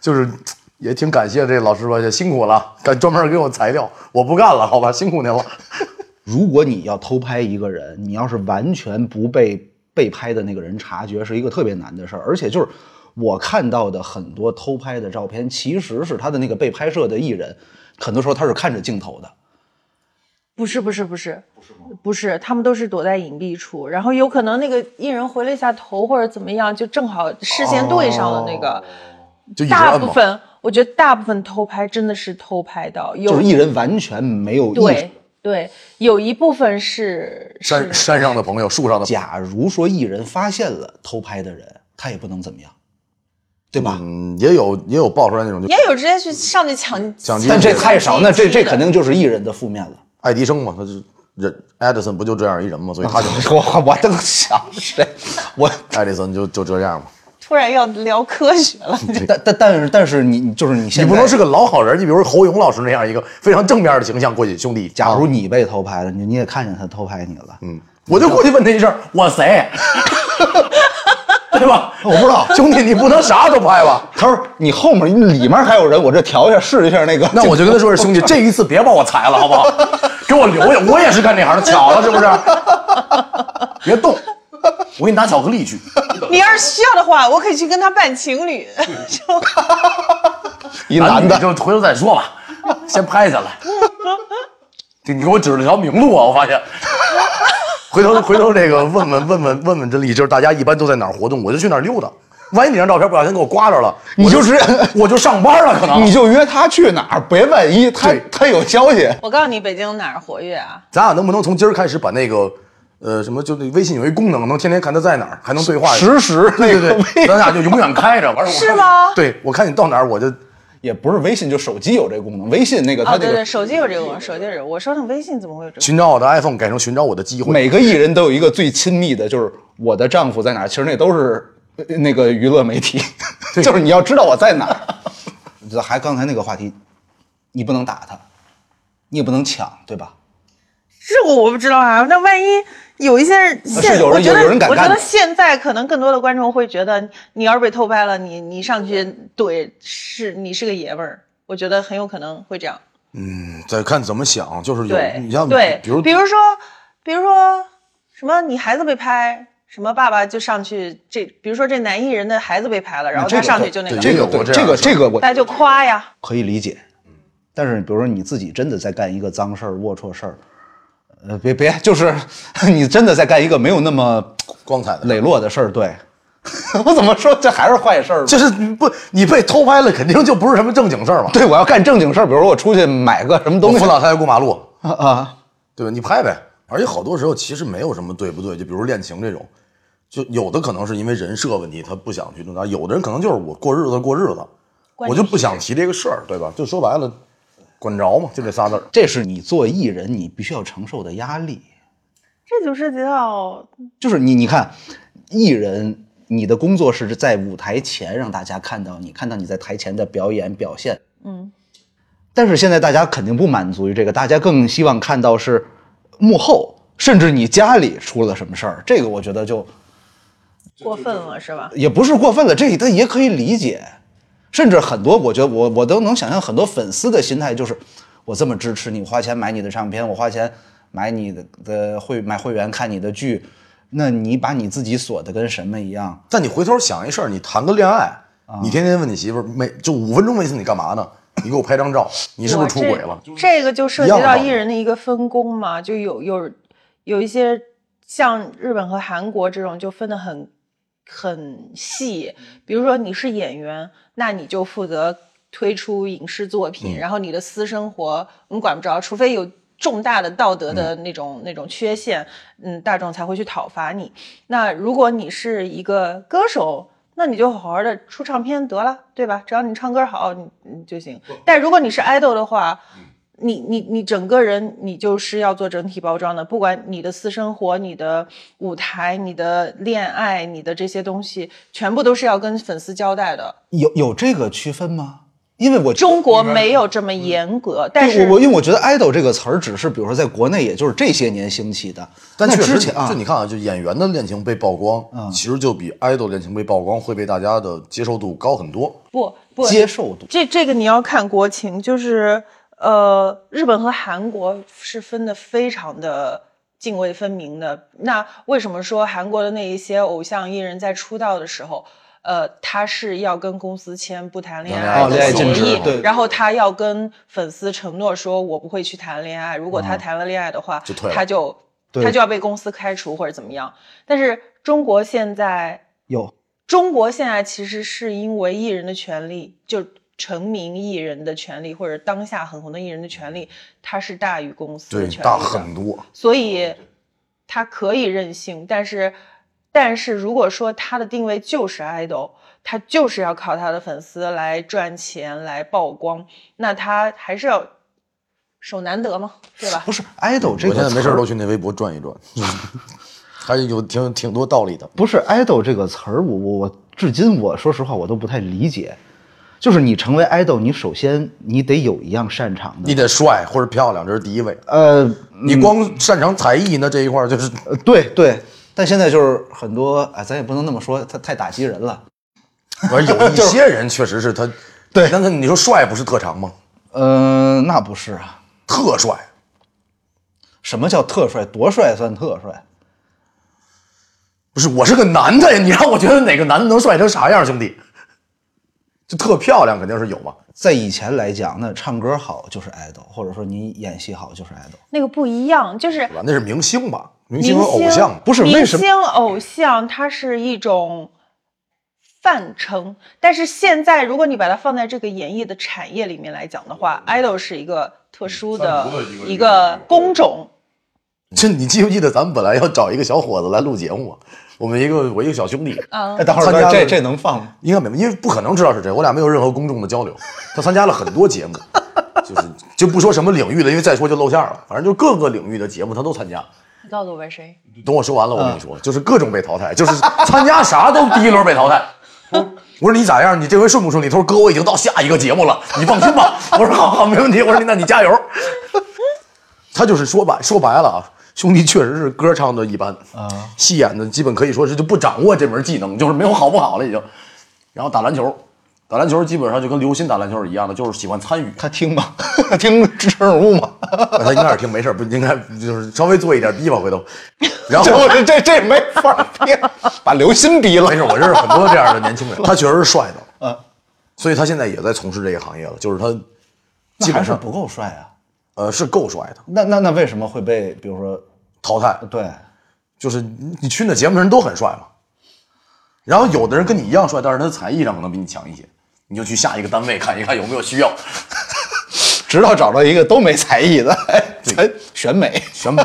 B: 就是也挺感谢这老师吧，也辛苦了，敢专门给我裁掉，我不干了，好吧，辛苦您了。
D: 如果你要偷拍一个人，你要是完全不被被拍的那个人察觉，是一个特别难的事儿。而且就是我看到的很多偷拍的照片，其实是他的那个被拍摄的艺人，很多时候他是看着镜头的。
C: 不是不是不是，不是不是，他们都是躲在隐蔽处，然后有可能那个艺人回了一下头或者怎么样，就正好视线对上了那个。
B: 就一直
C: 大
B: 摁
C: 部
B: 嘛，
C: 分我觉得大部分偷拍真的是偷拍到，有
D: 就是艺人完全没有意识
C: 对。对，有一部分是
B: 山
C: 是
B: 山上的朋友，树上的朋友，
D: 假如说艺人发现了偷拍的人，他也不能怎么样，对吧？
B: 嗯，也有也有爆出来那种就
C: 也有直接去上去抢
B: 奖金
D: 但这
B: 对
D: 太少，那这这肯。
C: 抢机器的
D: 定就是艺人的负 面了。
B: 爱迪生嘛，他就人爱迪生不就这样一人嘛，所以 他就
D: 啊我我正想谁，我
B: 爱迪生就就这样嘛。
C: 突然要聊科学 了，
D: 但但但是但是你你就是你现
B: 你不
D: 在
B: 能是个老好人，你比如侯勇老师那样一个非常正面的形象过去，兄弟，
D: 假如你被偷拍了，你你也看见他偷拍你了，嗯，
B: 我就过去问他一声，我谁？ 对 吧？
D: 哦我不知道。
B: 兄弟，你不能啥都拍吧？
D: 他说你后面你里面还有人，我这调一下试一下那个。
B: 那我就跟他说是兄弟，这一次别把我裁了，好不好？给我留下，我也是干这行的，巧了是 不是？别动，我给你拿巧克力去。
C: 你要是需要的话，我可以去跟他办情侣。 就
D: 一男的
B: 咱们就回头再说吧，先拍 下来。这你给我指了条明路啊！我发现， 回头回头这个问问问问问问真理，就是大家一般都在哪儿活动，我就去哪儿溜达。万一你张照片不小心给我刮着了，
D: 你就
B: 我
D: 直接
B: 我就上班了，可能
D: 你就约他去哪儿，别万一他
B: 对
D: 他有消息。
C: 我告诉你，北京哪儿活跃啊？
B: 咱俩能不能从今儿开始把那个，呃，什么，就那微信有一功能，能天天看他在哪儿，还能对话。
D: 实时那
B: 对
D: 个
B: 对对，咱俩就永远开着。完了我看
C: 是吗
B: 对，我看你到哪儿，我就
D: 也不是微信，就手机有这功能。微信那个
C: 哦，
D: 它这
C: 对对，
D: 个
C: 手机有这个功能，手机有这个。我说那微信怎么会有这个？
B: 寻找我的 iPhone 改成寻找我的机会。
D: 每个艺人都有一个最亲密的，就是我的丈夫在哪儿。其实那都是呃那个娱乐媒体， 就是你要知道我在哪 儿。还刚才那个话题，你不能打他，你也不能抢，对吧？
C: 这个我不知道啊。那万一有一些
B: 啊
C: 人现，
D: 是有人
C: 我觉得
D: 有人敢
C: 我觉
D: 干
C: 得
D: 的
C: 现在可能更多的观众会觉得，你要是被偷拍了，你你上去怼，是你是个爷们儿。我觉得很有可能会这样。
B: 嗯再看怎么想，就是有
C: 对，
B: 你像
C: 对，
B: 比如
C: 说，比如说什么，你孩子被拍。什么爸爸就上去这，比如说这男艺人的孩子被拍了，然后他上去就那
B: 对
C: 个，
B: 啊这个
D: 对
B: 我这
D: 这
B: 样
D: 个
B: 是
D: 这个我
C: 大家就夸呀，
D: 可以理解。
B: 嗯
D: 但是比如说你自己真的在干一个脏事儿、龌龊事儿，呃，别别，就是 你真的在干一个没有那么
B: 光彩的，
D: 磊落的事儿，对。 我怎么说这还是坏事儿吧？
B: 就是不你被偷拍了，肯定就不是什么正经事儿嘛。
D: 对，我要干正经事儿，比如说我出去买个什么
B: 我
D: 东西
B: 扶老太太过马路，
D: 啊啊，
B: 对吧？你拍呗。而且好多时候其实没有什么对不对，就比如恋情这种，就有的可能是因为人设问题，他不想去弄啥；有的人可能就是我过日子过日子，我就不想提这个事儿，对吧？就说白了，管着嘛，就这仨字儿。
D: 这是你做艺人你必须要承受的压力。
C: 这就涉及到
D: 就是你，你看，艺人，你的工作是在舞台前让大家看到你，看到你在台前的表演表现。
C: 嗯，
D: 但是现在大家肯定不满足于这个，大家更希望看到是幕后，甚至你家里出了什么事儿，这个我觉得就
C: 过分了，是吧？
D: 也不是过分了，这他也可以理解。甚至很多，我觉得我我都能想象很多粉丝的心态就是，我这么支持你，我花钱买你的唱片，我花钱买你的的会买会员看你的剧，那你把你自己锁的跟什么一样？
B: 但你回头想一事儿，你谈个恋爱，
D: 啊
B: 你天天问你媳妇儿，每就五分钟问一次你干嘛呢？你给我拍张 照，你是不是出轨了
C: 我？这这个就涉
B: 一
C: 及
B: 样的
C: 到
B: 道理
C: 艺人的一个分工嘛，就有有有一些像日本和韩国这种就分得
B: 嗯
C: 很很细，比如说你是演员，那你就负责推出影视作
B: 嗯
C: 品，然后你的私生活你管不着，除非有重大的道德
B: 嗯
C: 的那种、那种缺陷，嗯，大众才会去讨伐你。那如果你是一个歌手，那你就好好的出唱片得了，对吧？只要你唱歌好，你你就行。但如果你是 idol 的话，你你你整个人你就是要做整体包装的，不管你的私生活、你的舞台、你的恋爱、你的这些东西，全部都是要跟粉丝交代的。
D: 有有这个区分吗？因为我
C: 中国没有这么严格，但
D: 对
C: 是
D: 我我因为我觉得 idol 这个词儿只是比如说在国内，也就是这些年兴起的。
B: 但
D: 那
B: 确
D: 之
B: 实
D: 前啊嗯
B: 就，你看啊，就演员的恋情被曝光，其实就比 idol 恋情被曝光会被大家的接受度高很多。
C: 不不
D: 接受度
C: 这这个你要看国情，就是呃，日本和韩国是分的非常的泾渭分明的。那为什么说韩国的那一些偶像艺人在出道的时候，呃，他是要跟公司签不谈恋爱
B: 哦恋
C: 的
B: 爱禁
C: 协
B: 止
C: 议
B: 对，
D: 对
C: 然后他要跟粉丝承诺说，我不会去谈恋爱，如果他谈了恋爱的话，
B: 嗯就退了
C: 他就
D: 对
C: 他就要被公司开除或者怎么样。但是中国现在
D: 有
C: 中国现在其实是因为艺人的权利，就成名艺人的权利，或者当下很红的艺人的权利，它是大于公司
B: 对
C: 的，权
B: 大
C: 利的，
B: 很多。
C: 所以它可以任性。但是，但是如果说它的定位就是 idol，它就是要靠它的粉丝来赚钱、来曝光，那它还是要手难得嘛，对吧？
D: 不是 idol 这
B: 嗯我
D: 个
B: 现在没
D: 词
B: 事
D: 儿
B: 儿都去那微博转一 转，还有挺挺多道理的。
D: 不是 idol 这个词儿，我我我至今我说实话我都不太理解。就是你成为 idol，你首先你得有一样擅长的
B: 你，得帅或者漂亮，这是第一位。
D: 呃，
B: 你光擅长才艺，那这一块儿 就是
D: 呃对对。但现在就是很多啊，咱也不能那么说，他太打击人了。
B: 反正有一些人确实是他，对，那那你说帅不是特长吗？
D: 嗯、那不是啊。
B: 特帅，
D: 什么叫特帅？多帅算特帅？
B: 不是我是个男的呀，你让我觉得哪个男的能帅成啥样，兄弟？就特漂亮肯定是有嘛，
D: 在以前来讲，那唱歌好就是 idol，或者说你演戏好就是 idol。
C: 那个不一样，就是
B: 对吧？那是明星吧，明
C: 明
B: 星和偶像嘛
D: 不是为什
C: 明
D: 么
C: 星偶像，它是一种泛称，但是现在如果你把它放在这个演艺的产业里面来讲的话，idol
D: 嗯
C: 是一个特殊的一个工种。
B: 这你记不记得咱们本来要找一个小伙子来录节目啊？我们一个我一个小兄弟，
C: 嗯呃
D: 哎，等会儿
B: 参加
D: 这
B: 了
D: 这能放吗？
B: 应该没问题，因为不可能知道是谁，我俩没有任何公众的交流。他参加了很多节目，就是就不说什么领域了，因为再说就露馅儿了。反正就各个领域的节目他都参加。
C: 你告诉我谁？
B: 等我说完了，我跟你说，就是各种被淘汰，就是参加啥都第一轮被淘汰。我说你咋样？你这回顺不顺利？他说哥，我已经到下一个节目了，你放心吧。我说好好，没问题。我说那你加油。他就是说白说白了啊，兄弟确实是歌唱的一般
D: 嗯
B: 啊，戏演的基本可以说是就不掌握这门技能，就是没有好不好了已经。然后打篮球，打篮球基本上就跟刘鑫打篮球是一样的，就是喜欢参与。
D: 他听吗？ 听支撑物吗？
B: 他应该是听没事儿，不应该就是稍微做一点逼吧，回头。 然后
D: 这这这没法听，把刘鑫逼 了
B: 没。事，我认识很多这样的年 轻人，他确实是帅的，所以他现在也在从事这个行业了，就是他基
D: 基
B: 本
D: 本上
B: 上
D: 不够帅啊。
B: 呃是够帅的，
D: 那那那为什么会被比如说呃
B: 淘汰
D: 对？
B: 就是你你去那节目的人都很帅嘛，然后有的人跟你一样帅，但是他的才艺上可能比你强一些，你就去下一个单位看一看有没有需 要，
D: 直到找到一个都没才艺的，才选美
B: 选美，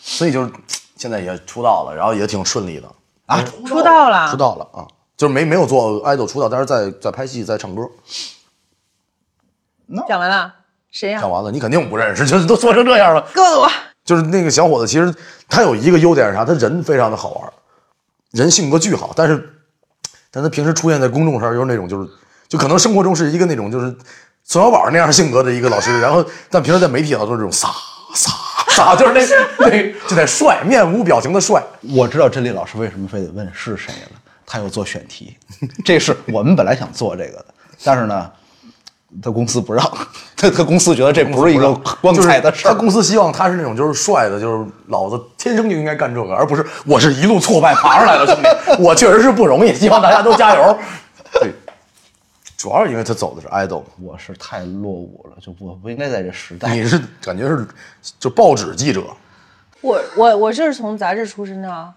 B: 所以就是现在也出道了，然后也挺顺利的，
D: 啊。
C: 出道了，
B: 出道了啊，就是没没有做 idol 出道，但是在在拍戏，在唱歌，
C: 讲完了，谁呀、
B: 讲完了你肯定不认识，就是都做成这样了。
C: 告诉我，
B: 就是那个小伙子，其实他有一个优点是啥？他人非常的好玩儿，人性格巨好，但是，但他平时出现在公众上就是那种就是，就可能生活中是一个那种就是宋小宝那样性格的一个老师，然后但平时在媒体上都是这种傻傻傻，就是那那就得帅，面无表情的帅。
D: 我知道真理老师为什么非得问是谁了，他又做选题，这是我们本来想做这个的，但是呢，他公司不让，他他公司觉得这不是一个光彩的事
B: 他
D: 儿。
B: 公司希望他是那种就是帅的，就是老子天生就应该干这个，而不是我是一路挫败爬上来的，兄 弟，我确实是不容易，希望大家都加油。对，主要是因为他走的是 idol，
D: 我是太落伍了，就我不应该在这时代。
B: 你是感觉是就报纸记者，
C: 我我我就是从杂志出身的啊，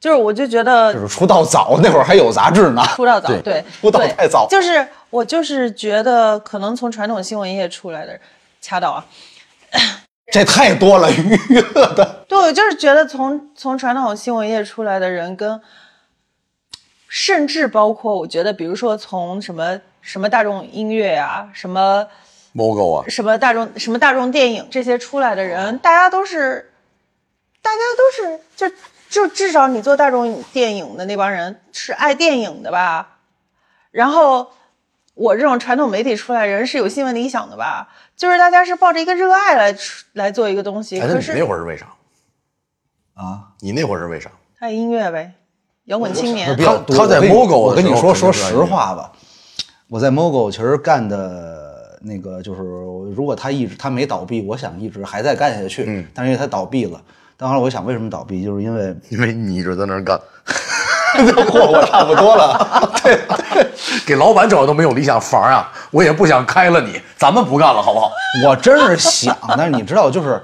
C: 就是我就觉得
D: 就是出道早，那会儿还有杂志呢。
C: 出道早，
D: 对
C: 对，
D: 出道
C: 对
D: 太早
C: 就是我就是觉得，可能从传统新闻业出来的人，掐到啊，
D: 这太多了，娱乐的。
C: 对我就是觉得从从传统新闻业出来的人跟，甚至包括我觉得，比如说从什么什么大众音乐啊，什么
B: logo 啊，
C: 什么大众什么大众电影这些出来的人，大家都是，大家都是就就至少你做大众电影的那帮人是爱电影的吧？然后我这种传统媒体出来人是有新闻理想的吧？就是大家是抱着一个热爱来出来做一个东西，
B: 哎，那
C: 可
B: 你那
C: 是
B: 会儿是为啥？
D: 啊，
B: 你那会儿是为啥？
C: 爱音乐呗，摇滚青年
D: 比较多。
B: 他在
D: 我跟你
B: Mogo
D: 我跟
B: 的
D: 你
B: 时候
D: 说说
B: 肯定是
D: 实话吧，我在 Mogo 其实干的那个就是，如果他一直他没倒闭，我想一直还在干下去。嗯，但是因为他倒闭了，当时我想为什么倒闭，就是因为
B: 因为你一直在那儿干，
D: 货我差不多了。对，
B: 给老板找都没有理想房啊，我也不想开了你，咱们不干了好不好？
D: 我真是想，但是你知道，就是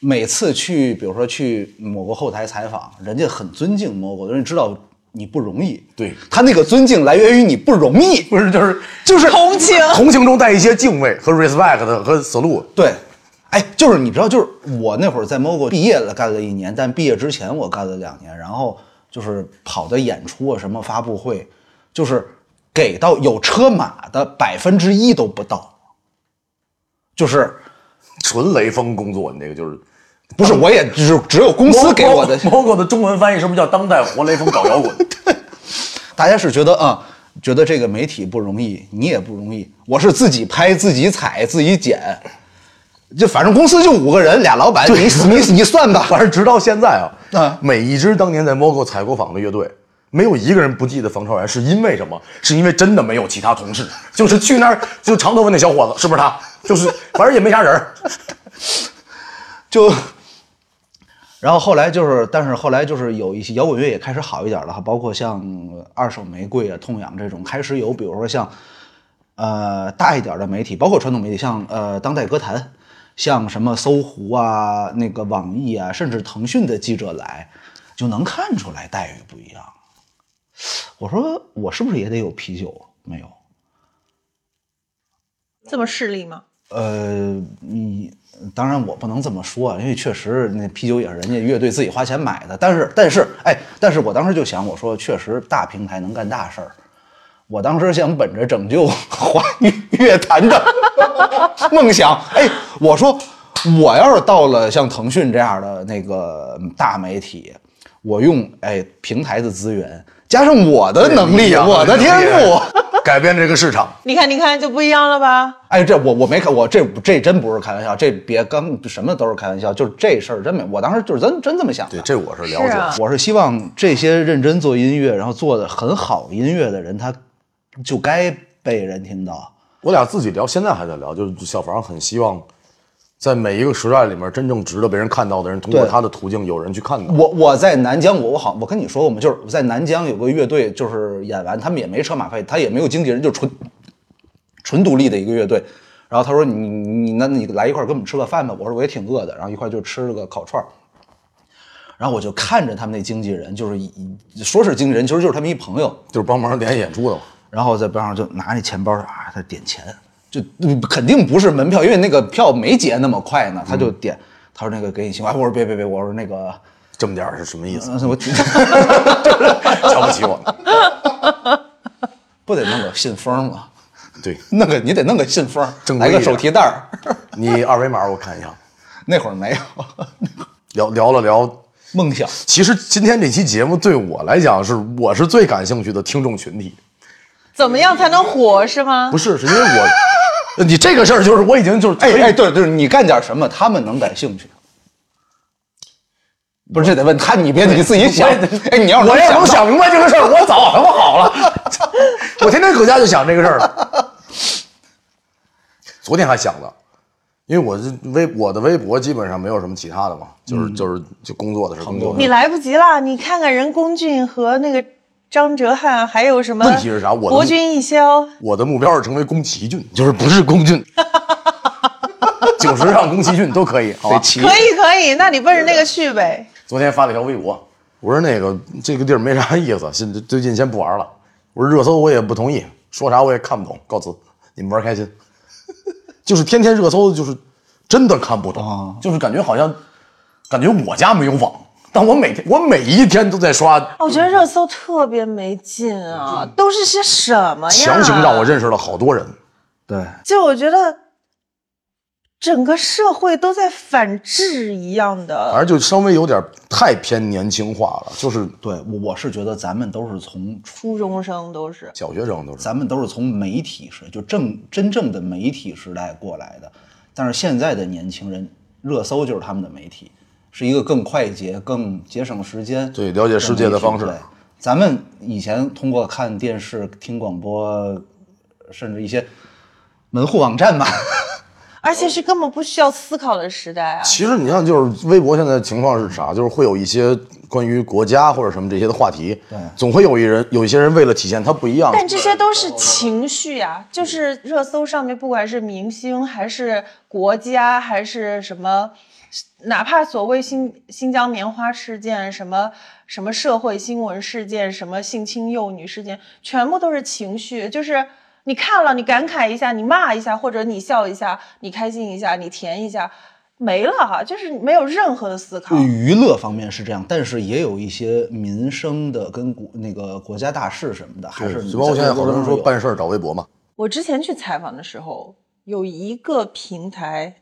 D: 每次去，比如说去某个后台采访，人家很尊敬 Mogo，人家知道你不容易。
B: 对
D: 他那个尊敬来源于你不容易，
B: 不是，就是
D: 就是
C: 同情。
B: 同情中带一些敬畏和 respect 的和 salute。
D: 对，哎，就是你知道，就是我那会儿在 MOGO 毕业了，干了一年，但毕业之前我干了两年，然后就是跑的演出啊，什么发布会，就是给到有车马的百分之一都不到，就是
B: 纯雷锋工作，你这个就是
D: 不是我也只只有公司给我的，
B: Mogo 的中文翻译是不是叫当代活雷锋搞摇滚？
D: 大家是觉得啊、觉得这个媒体不容易，你也不容易，我是自己拍、自己采、自己剪。就反正公司就五个人，俩老板，你你你算吧，
B: 反正直到现在啊，
D: 啊
B: 每一支当年在 Mogo 采购坊的乐队，没有一个人不记得冯超然，是因为什么？是因为真的没有其他同事，就是去那儿就长头发那小伙子，是不是他？就是反正也没啥人 儿，
D: 就，然后后来就是，但是后来就是有一些摇滚乐也开始好一点了哈，包括像呃二手玫瑰啊、痛痒这种，开始有，比如说像呃大一点的媒体，包括传统媒体，像呃当代歌坛，像什么搜狐啊、那个网易啊，甚至腾讯的记者来，就能看出来待遇不一样。我说我是不是也得有啤酒？没有，
C: 这么势利吗？
D: 呃，你当然我不能这么说啊，因为确实那啤酒也是人家乐队自己花钱买的。但是，但是，哎，但是我当时就想，我说确实大平台能干大事儿。我当时想本着拯救华语乐坛 的梦想，哎，我说我要是到了像腾讯这样的那个大媒体，我用哎平台的资源加上我的能力，啊
B: 啊
D: 我的天赋，
B: 改变这个市场。
C: 你看，你看就不一样了吧？
D: 哎，这我我没看，我这这真不是开玩笑，这别刚什么都是开玩笑，就是这事儿真没，我当时就是真真这么想的
B: 对，。这我是了解
C: 是
B: 的。
C: 啊
D: 我是希望这些认真做音乐，然后做的很好音乐的人，他就该被人听到。
B: 我俩自己聊，现在还在聊，就是小房很希望。在每一个时代里面，真正值得被人看到的人，通过
D: 对
B: 他的途径，有人去看到。
D: 我我在南疆，我我好，我跟你说过嘛，就是我在南疆有个乐队，就是演完他们也没车马费，他也没有经纪人，就纯纯独立的一个乐队。然后他说你你你那你来一块儿跟我们吃个饭吧，我说我也挺饿的，然后一块儿就吃了个烤串儿。然后我就看着他们那经纪人，就是一说是经纪人，其实就是他们一朋友，
B: 就是帮忙联系演出的嘛。
D: 然后在边上就拿那钱包啊，他点钱，就嗯肯定不是门票，因为那个票没结那么快呢，他就点，他说那个给你行吧，我说别别别，我说那个。
B: 这么点儿是什么意思？
D: 嗯我 挺
B: 瞧不起 我？
D: 不得弄个信封吗？
B: 对
D: 弄个你得弄个信封，
B: 正规
D: 来
B: 一
D: 个
B: 点
D: 手提袋儿。
B: 你二维码我看一下。
D: 那会儿没有
B: 聊聊了聊，
D: 梦想，
B: 其实今天这期节目对我来讲是我是最感兴趣的听众群体，
C: 怎么样才能火是吗？
B: 不是是因为我，你这个事儿就是我已经就是
D: 哎哎，对对，你干点什么，他们能感兴趣。不是，这得问他，你别你自己想。哎，你要是
B: 我要能
D: 到
B: 想明白这个事儿，我早他妈好了。 我天天搁家就想这个事儿了。 昨天还想的，因为我这微我的微博基本上没有什么其他的嘛，就是就是就工作的事，嗯工作的
C: 你
B: 事。
C: 来不及了，你看看人龚俊和那个张哲瀚，还有什么？
B: 问题是啥我的
C: 博君一笑，
B: 我的目标是成为宫崎骏，就是不是龚 俊，九十让宫崎骏都可以，好吧
D: 得？骑
B: 嗯
C: 可以可以，那你奔着那个去呗。
B: 昨天发了一条微博，我说那个这个地儿没啥意思，现最近先不玩了。我说热搜我也不同意，说啥我也看不懂，告辞，你们玩开心。就是天天热搜，就是真的看不懂，就是感觉好像感觉我家没有网，但我每天我每一天都在刷，
C: 哦我觉得热搜特别没劲啊，都是些什么呀？
B: 嗯强行让我认识了好多人。
D: 对，
C: 就我觉得整个社会都在反制一样的，
B: 反正就稍微有点太偏年轻化了，就是
D: 对我我是觉得咱们都是从
C: 初中生都是。
B: 小学生都是。
D: 咱们都是从媒体时就正真正的媒体时代过来的，但是现在的年轻人，热搜就是他们的媒体，是一个更快捷、更节省时间，
B: 对了解世界的方式
D: 对咱们以前通过看电视、听广播，甚至一些门户网站吧，
C: 而且是根本不需要思考的时代啊！
B: 其实你看，就是微博现在情况是啥？就是会有一些关于国家或者什么这些的话题，总会有一人有一些人为了体现他不一样，
C: 但这些都是情绪呀、就是热搜上面，不管是明星还是国家还是什么，哪怕所谓新新疆棉花事件、什么什么社会新闻事件、什么性侵幼女事件，全部都是情绪，就是。你看了，你感慨一下，你骂一下，或者你笑一下，你开心一下，你甜一下，没了哈，就是没有任何的思考。
D: 娱乐方面是这样，但是也有一些民生的跟国那个国家大事什么的，还是
B: 就包括现在好多人说
D: 有
B: 办事儿找微博嘛，
C: 我之前去采访的时候，有一个平台，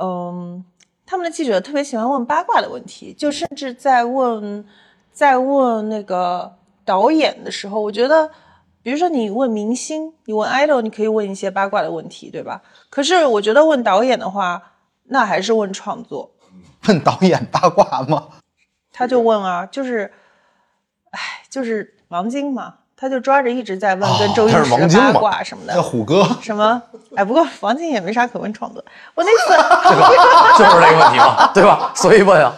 C: 嗯，他们的记者特别喜欢问八卦的问题，就甚至在问，在问那个导演的时候，我觉得，比如说你问明星，你问 idol，你可以问一些八卦的问题，对吧？可是我觉得问导演的话，那还是问创作。
D: 问导演八卦 吗？
C: 他
B: 嗯
C: 就问啊，就是，哎，就是王晶嘛，他就抓着一直在问跟周
B: 哦他是
C: 星驰
B: 王
C: 的
B: 晶
C: 八
B: 嘛
C: 卦什么的。
D: 叫虎哥，
C: 什么？哎，不过王晶也没啥可问创作。我那次
B: 就是这个问题嘛，对吧？所以问啊，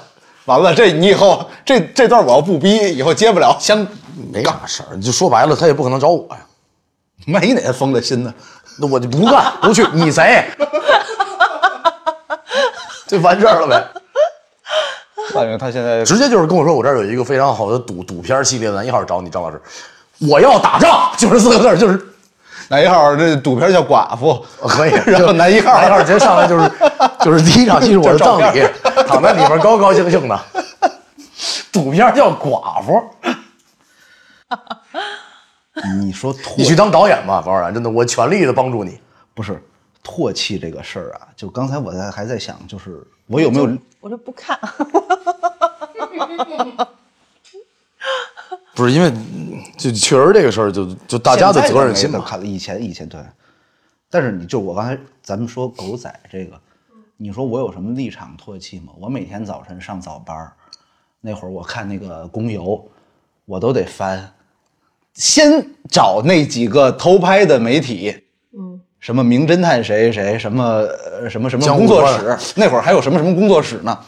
D: 完了，这你以后这这段我要不逼，以后接不了。相
B: 没啥事儿，就说白了，他也不可能找我呀，
D: 万一哪天封了心 呢？
B: 那我就不干，不去，你谁？ 就完事儿了呗，
D: 感觉他现在
B: 直接就是跟我说，我这儿有一个非常好的赌赌片系列，咱一号找你张老师，我要打仗，就是四个字儿，就是
D: 男一号这赌片叫寡妇，，
B: 可以
D: 然后男一号
B: 男一号直接上来就是 就是第一场戏是我的葬
D: 就
B: 礼，躺在里边高高兴兴 的，赌片叫寡妇，
D: 你说唾
B: 你去当导演吧，王然，真的，我全力的帮助你。
D: 不是唾弃这个事儿啊？就刚才我在还在想，就是我有没有
C: 我就不看，
B: 不是因为嗯就确实这个事儿，就就大家的责任心
D: 嘛？
B: 嘛。
D: 看了以前以前对，但是你就我刚才咱们说狗仔这个，你说我有什么立场唾弃吗？我每天早晨上早班儿那会儿，我看那个公邮，我都得翻，先找那几个偷拍的媒体，嗯，什么名侦探谁谁谁，什么呃什么什么
B: 江湖
D: 工作
B: 传
D: 室，那会儿还有什么什么工作室呢？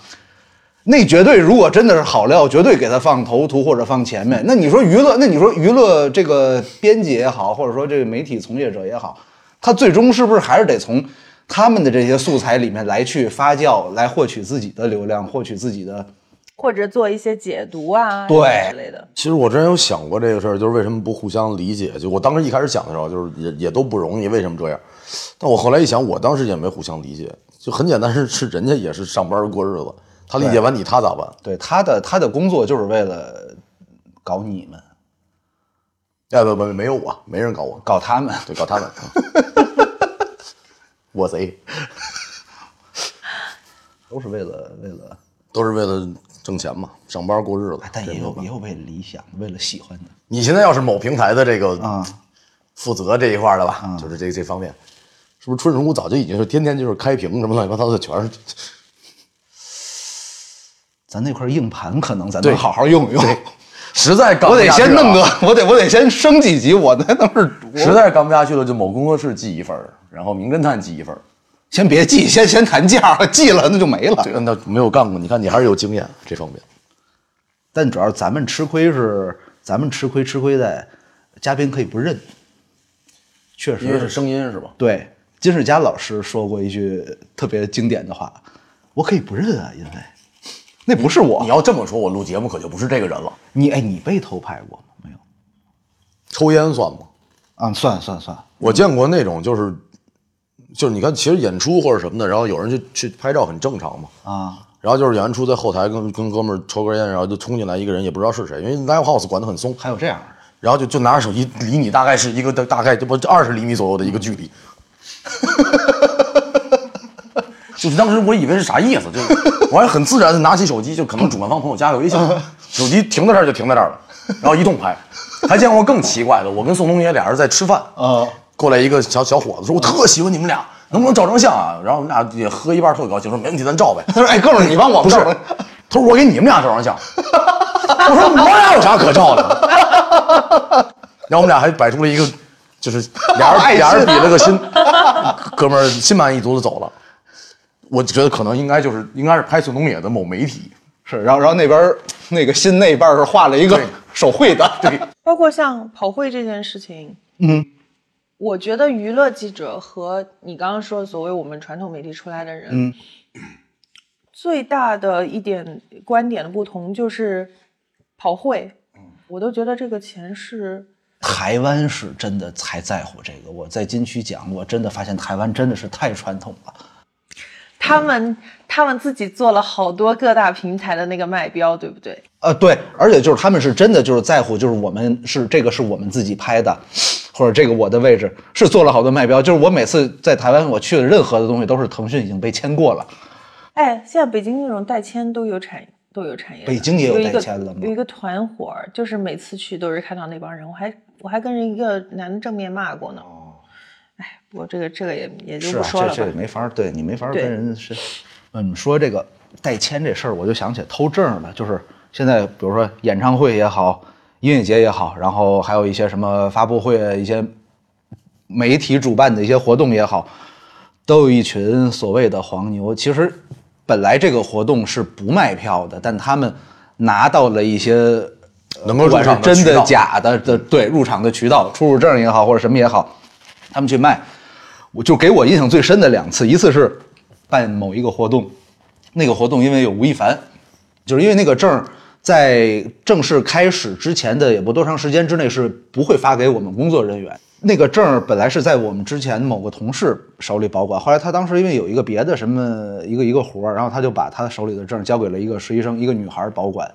D: 那绝对，如果真的是好料，绝对给他放头图或者放前面。那你说娱乐，那你说娱乐这个编辑也好，或者说这个媒体从业者也好，他最终是不是还是得从他们的这些素材里面来去发酵，来获取自己的流量，获取自己的
C: 或者做一些解读啊，
D: 对
C: 之类的。
B: 其实我之前有想过这个事儿，就是为什么不互相理解？就我当时一开始想的时候，就是也也都不容易，为什么这样？但我后来一想，我当时也没互相理解，就很简单，是是人家也是上班过日子，他理解完你，他咋办？
D: 对他的他的工作就是为了搞你们，
B: 哎，不不，没有我，没人搞我，
D: 搞他们。
B: 对，搞 他们。我贼
D: 都是为了为了，
B: 都是为了挣钱嘛，上班过日子
D: 哎。但也有也有为了理想，为了喜欢的
B: 你现在要是某平台的这个
D: 啊。
B: 负责这一块儿的吧，就是这这方面，是不是春如早就已经是天天就是开屏什么乱七八糟的，全是
D: 咱那块硬盘可能咱
B: 对
D: 能好好用一用。
B: 实在干
D: 我
B: 不
D: 得
B: 下去
D: 先弄
B: 了
D: 个
B: 啊，
D: 我得我得先升几级，我那都 是
B: 实在干不下去了，就某工作室记一份儿，然后名侦探记一份儿。
D: 先别记，先先谈价，记了那就没了
B: 这。个那没有干过，你看你还是有经验这方面。
D: 但主要咱们吃亏是咱们吃亏，吃亏在嘉宾可以不认，确实
B: 声音是吧？
D: 对。金世佳老师说过一句特别经典的话：“我可以不认啊，因为 那不是
B: 你
D: 我。
B: 要这么说，我录节目可就不是这个人了。
D: 你哎，你被偷拍过吗？没有
B: 抽烟算吗？
D: 啊，算算算，
B: 我见过那种就是，就是你看，其实演出或者什么的，然后有人去去拍照很正常嘛。
D: 啊，
B: 然后就是演完出在后台跟跟哥们儿抽根烟，然后就冲进来一个人，也不知道是谁，因为 live house 管得很松，
D: 还有这样的，
B: 然后就就拿着手机离你大概是一个大大概这不二十厘米左右的一个距离。 就是当时我以为是啥意思，就是我还很自然的拿起手机，就可能主办方朋友加个微信，手机停在这儿就停在这儿了，然后一通拍。还见过更奇怪的，我跟宋冬野俩人在吃饭，
D: 啊
B: 过来一个小小伙子
D: 嗯
B: 说：“我特喜欢你们俩，能不能照张相啊？”然后我们俩也喝一半，特高兴，说：“哎没问题，咱照呗。”
D: 他 说哎哥们儿你帮我
B: 不是
D: 照吧，
B: 他说我给你们俩照张 相。我说我俩有啥可照的？ 然后我们俩还摆出了一个，就是俩
D: 爱
B: 人
D: 心啊
B: 俩人比了个心，哥们儿心满意足的走了。我觉得可能应该就是应该是拍宋冬野的某媒体，
D: 是，然后然后那边儿那个心那半儿是画了一个
B: 对
D: 手绘的，对，
C: 包括像跑会这件事情，嗯，我觉得娱乐记者和你刚刚说的所谓我们传统媒体出来的人，
D: 嗯
C: 最大的一点观点的不同就是跑会，
D: 嗯
C: 我都觉得这个钱是
D: 台湾是真的才在乎这个。我在金曲奖，我真的发现台湾真的是太传统了。
C: 他们、他们自己做了好多各大平台的那个卖标，对不对？
D: 呃，对，而且就是他们是真的就是在乎，就是我们是这个是我们自己拍的，或者这个我的位置是做了好多卖标。就是我每次在台湾我去的任何的东西都是腾讯已经被签过了，
C: 哎，现在北京那种代签都有产都有产业了，
D: 北京也有
C: 有一个
D: 代签了吗
C: 有一个团伙儿，就是每次去都是看到那帮人，我还我还跟人一个男的正面骂过呢。哎，我这个这个也也就是不
D: 哦啊，
C: 说
D: 这
C: 了吧
D: 这。没法儿，对你没法儿
C: 对
D: 跟人是，嗯，说这个代签这事儿，我就想起偷证儿了，就是现在比如说演唱会也好，音乐节也好，然后还有一些什么发布会，啊一些媒体主办的一些活动也好，都有一群所谓的黄牛。其实本来这个活动是不卖票的，但他们拿到了一些呃
B: 能够
D: 不
B: 入
D: 管是
B: 场的
D: 真
B: 渠
D: 的
B: 道
D: 假的的对入场的渠道，出入证也好或者什么也好，他们去卖。我就给我印象最深的两次，一次是办某一个活动，那个活动因为有吴亦凡，就是因为那个证儿在正式开始之前的也不多长时间之内是不会发给我们工作人员。那个证儿本来是在我们之前某个同事手里保管，后来他当时因为有一个别的什么一个一个活儿，然后他就把他手里的证儿交给了一个实习生，一个女孩儿保管，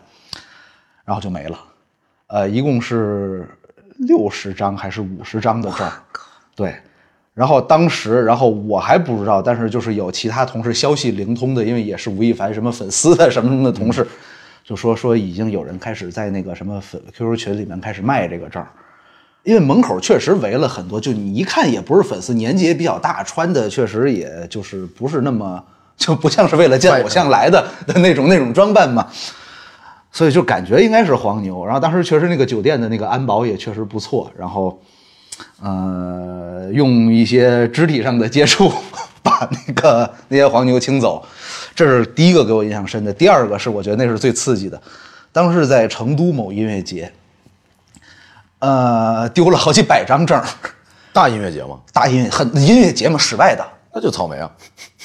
D: 然后就没了。呃，一共是六十张还是五十张的证儿，对。然后当时，然后我还不知道，但是就是有其他同事消息灵通的，因为也是吴亦凡什么粉丝的什么什么的同事，就说说已经有人开始在那个什么粉 QQ 群里面开始卖这个证儿，因为门口确实围了很多，就你一看也不是粉丝，年纪也比较大，穿的确实也就是不是那么就不像是为了见偶像来的的那种那种装扮嘛。所以就感觉应该是黄牛。然后当时确实那个酒店的那个安保也确实不错，然后，呃，用一些肢体上的接触 把那个那些黄牛清走，这是第一个给我印象深的。第二个是我觉得那是最刺激的，当时在成都某音乐节，呃，丢了好几百张证儿，
B: 大音乐节嘛，
D: 大音很音乐节嘛，室外的。
B: 那就草莓啊。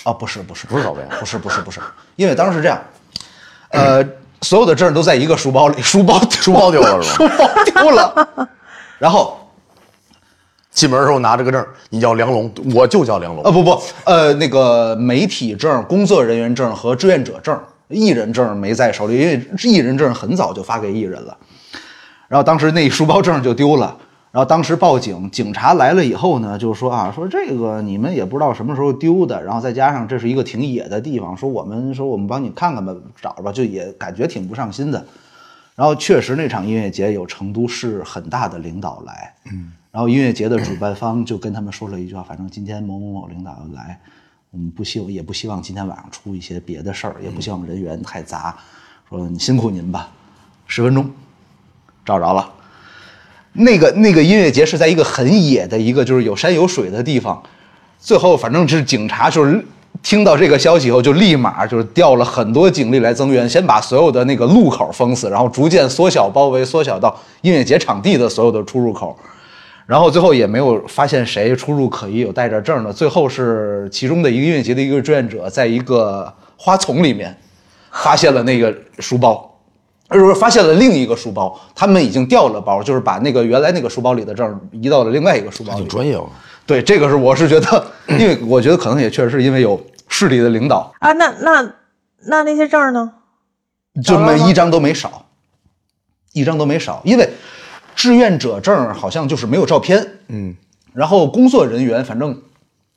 D: 啊，不是不是
B: 不是草莓
D: 不是不是不是，因为当时这样，呃，所有的证儿都在一个书包里，书包 书
B: 包丢了是
D: 书包丢了，然后
B: 进门的时候拿着个证儿，你叫梁龙，我就叫梁龙
D: 呃。不不呃那个媒体证儿、工作人员证儿和志愿者证儿，艺人证儿没在手里，因为艺人证儿很早就发给艺人了，然后当时那书包证儿就丢了。然后当时报警，警察来了以后呢，就说啊，说这个你们也不知道什么时候丢的，然后再加上这是一个挺野的地方，说我们说我们帮你看看吧，找吧，就也感觉挺不上心的。然后确实那场音乐节有成都市很大的领导来，嗯，然后音乐节的主办方就跟他们说了一句话，反正今天某某某领导要来，我们不希望也不希望今天晚上出一些别的事儿，也不希望人员太杂，说辛苦您吧，十分钟，找着了。那个那个音乐节是在一个很野的一个就是有山有水的地方，最后反正是警察就是听到这个消息以后就立马就是调了很多警力来增援，先把所有的那个路口封死，然后逐渐缩小包围，缩小到音乐节场地的所有的出入口。然后最后也没有发现谁出入可疑，有带着证的。最后是其中的一个音乐节的一个志愿者，在一个花丛里面发现了那个书包，而是说发现了另一个书包，他们已经掉了包，就是把那个原来那个书包里的证儿移到了另外一个书包里
B: 挺。专业啊。
D: 对，这个是我是觉得，因为我觉得可能也确实是因为有势力的领导，
C: 啊，那那那那些证儿呢？
D: 就
C: 找
D: 没
C: 到吗
D: 一张都没少，一张都没少，因为志愿者证儿好像就是没有照片，嗯，然后工作人员反正。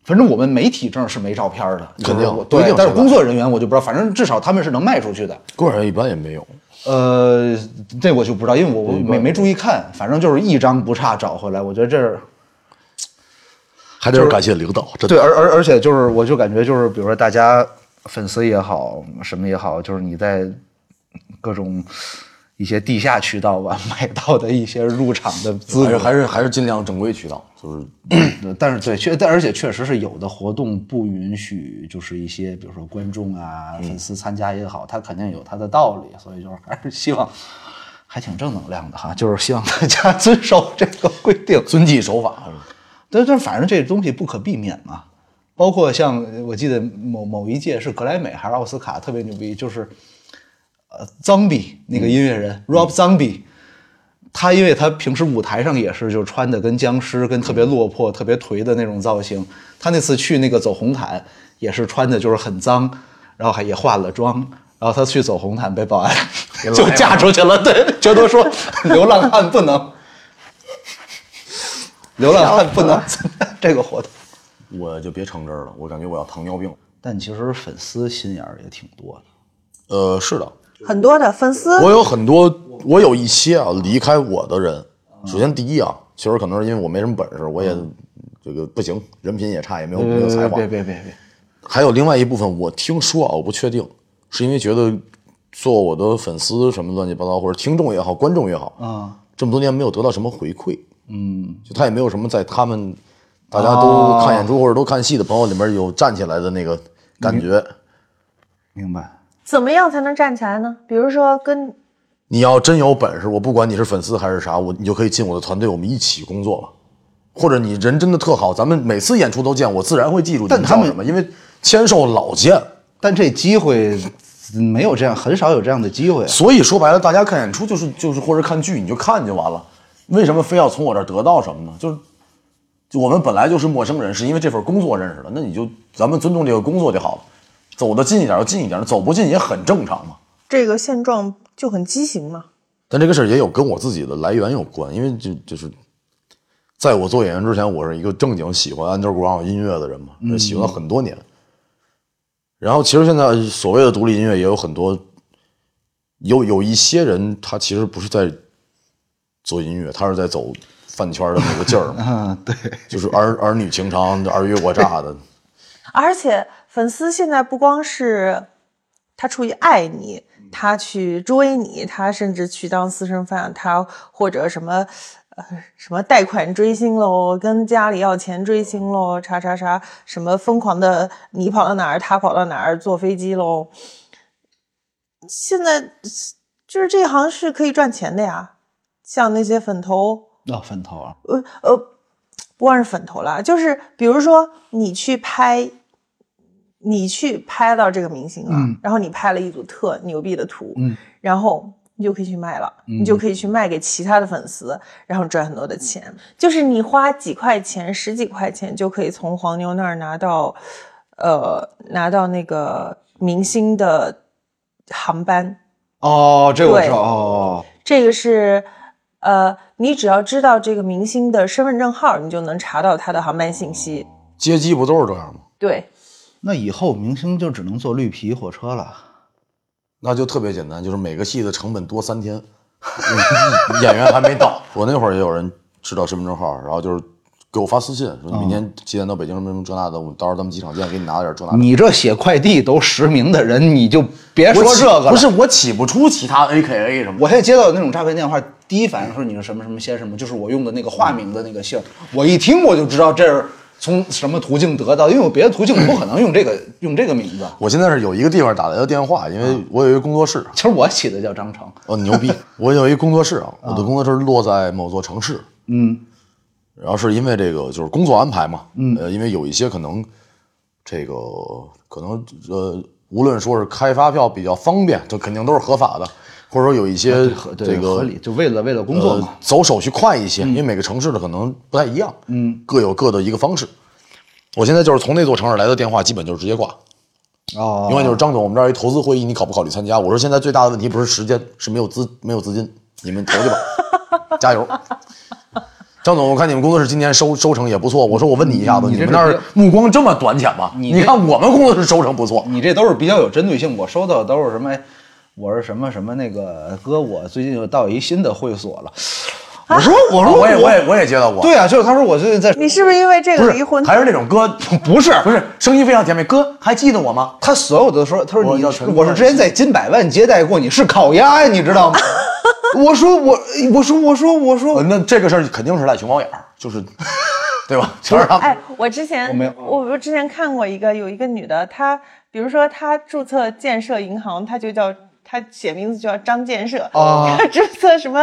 D: 反正我们媒体证是没照片儿的，
B: 肯定
D: 就是我
B: 不一定
D: 对，
B: 是
D: 但是
B: 吧
D: 工作人员我就不知道，反正至少他们是能卖出去的。
B: 个人一般也没有，
D: 呃，这我就不知道，因为我我没没注意看，反正就是一张不差找回来。我觉得这是
B: 还得是感谢领导，真
D: 对，
B: 的。
D: 而而而且就是，我就感觉就是，比如说大家粉丝也好，什么也好，就是你在各种一些地下渠道吧 买到的一些入场的资
F: 还是
D: 格，
F: 还是还是尽量正规渠道，就是
D: 但是对，确但而且确实是有的活动不允许，就是一些比如说观众啊、
F: 嗯
D: 粉丝参加也好，他肯定有他的道理，所以就是还是希望。还挺正能量的哈，就是希望大家 遵守这个规定。
F: 遵纪守法。
D: 但但反正这东西不可避免嘛。包括像呃我记得某某一届是格莱美还是奥斯卡特别牛逼，就是呃 Zombie 那个音乐人、Rob Zombie，他因为他平时舞台上也是就穿的跟僵尸、跟特别落魄、特别颓的那种造型，他那次去那个走红毯也是穿的就是很脏，然后还也化了妆，然后他去走红毯被保安 就架出去了，对，全都说 流浪汉不能。流浪汉不能参加这个活动。
F: 我就别成这儿了，我感觉我要糖尿病了。
D: 但其实粉丝心眼儿也挺多的。
B: 呃，是的，
C: 很多的粉丝
B: 我有很多，我有一些啊离开我的人。
F: 嗯
B: 首先第一啊，其实可能是因为我没什么本事，我也这个不行，人品也差，也没有
F: 嗯
B: 没有才华。
D: 呃别别别！
B: 还有另外一部分，我听说啊，我不确定，是因为觉得做我的粉丝什么乱七八糟，或者听众也好，观众也好，
F: 嗯
D: 啊，
B: 这么多年没有得到什么回馈，
D: 嗯，
B: 就他也没有什么在他们大家都
D: 哦
B: 看演出或者都看戏的朋友里面有站起来的那个感觉。
D: 明白。
C: 怎么样才能站起来呢？比如说跟
B: 你要真有本事，我不管你是粉丝还是啥，我你就可以进我的团队，我们一起工作了。或者你人真的特好，咱们每次演出都见，我自然会记住你
D: 但他
B: 叫
D: 们
B: 什么，因为签售老见。
D: 但这机会嗯没有这样，很少有这样的机会啊。
B: 所以说白了，大家看演出就是就是或者看剧，你就看就完了。为什么非要从我这儿得到什么呢？就是，就我们本来就是陌生人，是因为这份工作认识的。那你就咱们尊重这个工作就好了，走得近一点就近一点，走不近也很正常嘛。
C: 这个现状就很畸形嘛。
B: 但这个事儿也有跟我自己的来源有关，因为就就是，在我做演员之前，我是一个正经喜欢 underground 音乐的人嘛，喜欢了很多年。然后其实现在所谓的独立音乐也有很多，有有一些人他其实不是在做音乐，他是在走饭圈的那个劲儿 嘛，
D: 嗯，对，
B: 就是儿儿女情长、尔虞我诈的。
C: 而且粉丝现在不光是他出于爱你，他去追你，他甚至去当私生饭，他或者什么呃什么贷款追星喽，跟家里要钱追星喽，啥啥啥，什么疯狂的你跑到哪儿，他跑到哪儿，坐飞机喽。现在就是这行是可以赚钱的呀，像那些粉头。
D: 那分头啊，
C: 呃呃，不光是粉头啦，就是比如说你去拍，你去拍到这个明星了，啊
D: 嗯
C: 然后你拍了一组特牛逼的图，
D: 嗯
C: 然后你就可以去卖了，你就可以去卖给其他的粉丝，然后赚很多的钱。就是你花几块钱、十几块钱就可以从黄牛那儿拿到，呃，拿到那个明星的航班。
D: 哦，这我知道。
C: 对
D: 哦，
C: 这个是，呃，你只要知道这个明星的身份证号，你就能查到他的航班信息。
B: 接机不都是这样吗？
C: 对，
D: 那以后明星就只能坐绿皮火车了。
B: 那就特别简单，就是每个戏的成本多三天， 嗯演员还没到。我那会儿也有人知道身份证号，然后就是给我发私信，
D: 嗯
B: 说你明天几点到北京什么什么这那的，我到时候咱们机场见，给你拿点这那的。
D: 你这写快递都实名的人，你就别说
B: 我起
D: 这个了。
B: 不是我起不出其他 AKA 什么，
D: 我现在接到那种诈骗电话，第一反应是你是什么什么先什么，就是我用的那个化名的那个姓儿。我一听我就知道这是从什么途径得到，因为我别的途径我不可能用这个 用这个名字。
B: 我现在是有一个地方打来的电话，因
D: 嗯
B: 为我有一个工作室，
D: 其实我起的叫张成，
B: 哦，牛 逼！我有一个工作室啊，我的工作室落在某座城市，嗯，然后是因为这个就是工作安排嘛，嗯，呃，因为有一些可能这个可能呃
A: 无论说是开发票比较方便，这肯定都是合法的，或者说有一些
D: 合啊对
A: 这个
D: 合理，就为了为了工作嘛嗯
A: 呃，走手续快一些，因为每个城市的可能不太一样，嗯，各有各的一个方式。我现在就是从那座城市来的电话，基本就是直接挂，
D: 哦，
A: 永远就是张总，我们这儿有一投资会议，你考不考虑参加？我说现在最大的问题不是时间，是没有资没有资金，你们投去 吧，加油。张总，我看你们工作室今年收收成也不错，我说我问你一下子，你们那儿
B: 目光这么短浅吗？
D: 你
B: 你
D: 这
B: 看我们工作室收成不错，
D: 你这都是比较有针对性，我收到的都是什么？哎我是什么什么那个哥，我最近又到一新的会所了。我说我说
B: 啊我也我也我也接到过，
D: 对啊，就是他说我最近在
C: 你是不是因为这
B: 不
C: 个
B: 是
C: 离婚？
B: 还是那种 哥，不是不是，声音非常甜美，哥还记得我吗？
D: 他所有的说，他说
B: 我
D: 你
B: 叫陈，冠
D: 我是之前在金百万接待过你，是烤鸭呀，你知 道吗？我说我我说我说我
B: 呃
D: 说，
B: 那这个事儿肯定是赖熊猫眼儿， 就是，对吧？全是他们
C: 哎，我之前
D: 我没有
C: 我我之前看过一个，有一个女的，她比如说她注册建设银行，她就叫她写名字就叫张建设。
D: 哦
C: 她注册什么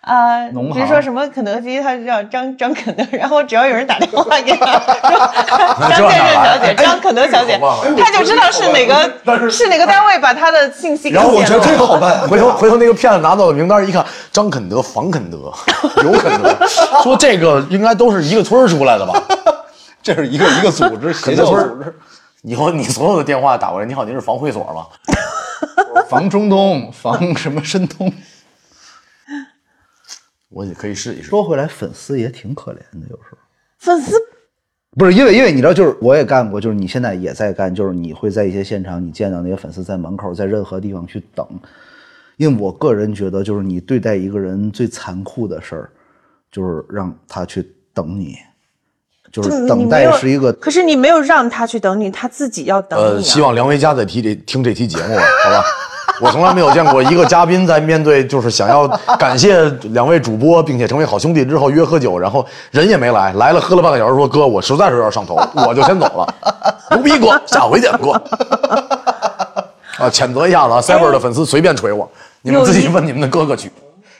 C: 啊？呃
D: 农行
C: 比如说什么肯德基，她就叫张张肯德。然后只要有人打电话给她，说 张建设小姐、张肯德小
D: 哎
C: 姐，她就知道是哪个是哪个单位把她的信息给
D: 然后我
C: 写
D: 觉得
C: 了。
D: 这个好办，
A: 回头回头那个骗子拿到了名单一看，张肯德、房肯 德、刘肯德， 说这个应该都是一个村儿出来的吧？
D: 这是一个一个 组织，邪
A: 德
D: 教
A: 村儿
D: 组织，
B: 以后你所有的电话打过来，你好，您是防会所吗？
D: 防中东，防什么申通。
A: 我也可以试一试。
D: 说回来，粉丝也挺可怜的，有时候
C: 粉丝
D: 不是因为因为你知道，就是我也干过，就是你现在也在干，就是你会在一些现场，你见到那些粉丝在门口，在任何地方去等。因为我个人觉得，就是你对待一个人最残酷的事儿，就是让他去等你，就是
C: 就你
D: 等
C: 没
D: 待
C: 有
D: 是一个
C: 可是你没有让她去等你，她自己要等你、啊。
A: 呃，希望梁维嘉在提这听这期节目，好 吧？我从来没有见过一个嘉宾在面对就是想要感谢两位主播，并且成为好兄弟之后约喝酒，然后人也没来，来了喝了半个小时，说哥我实在是有点上头，我就先走 了，牛逼哥，下回见哥。啊，谴责一下子啊，Cyber 的粉丝随便锤我，你们自己问你们的哥哥去。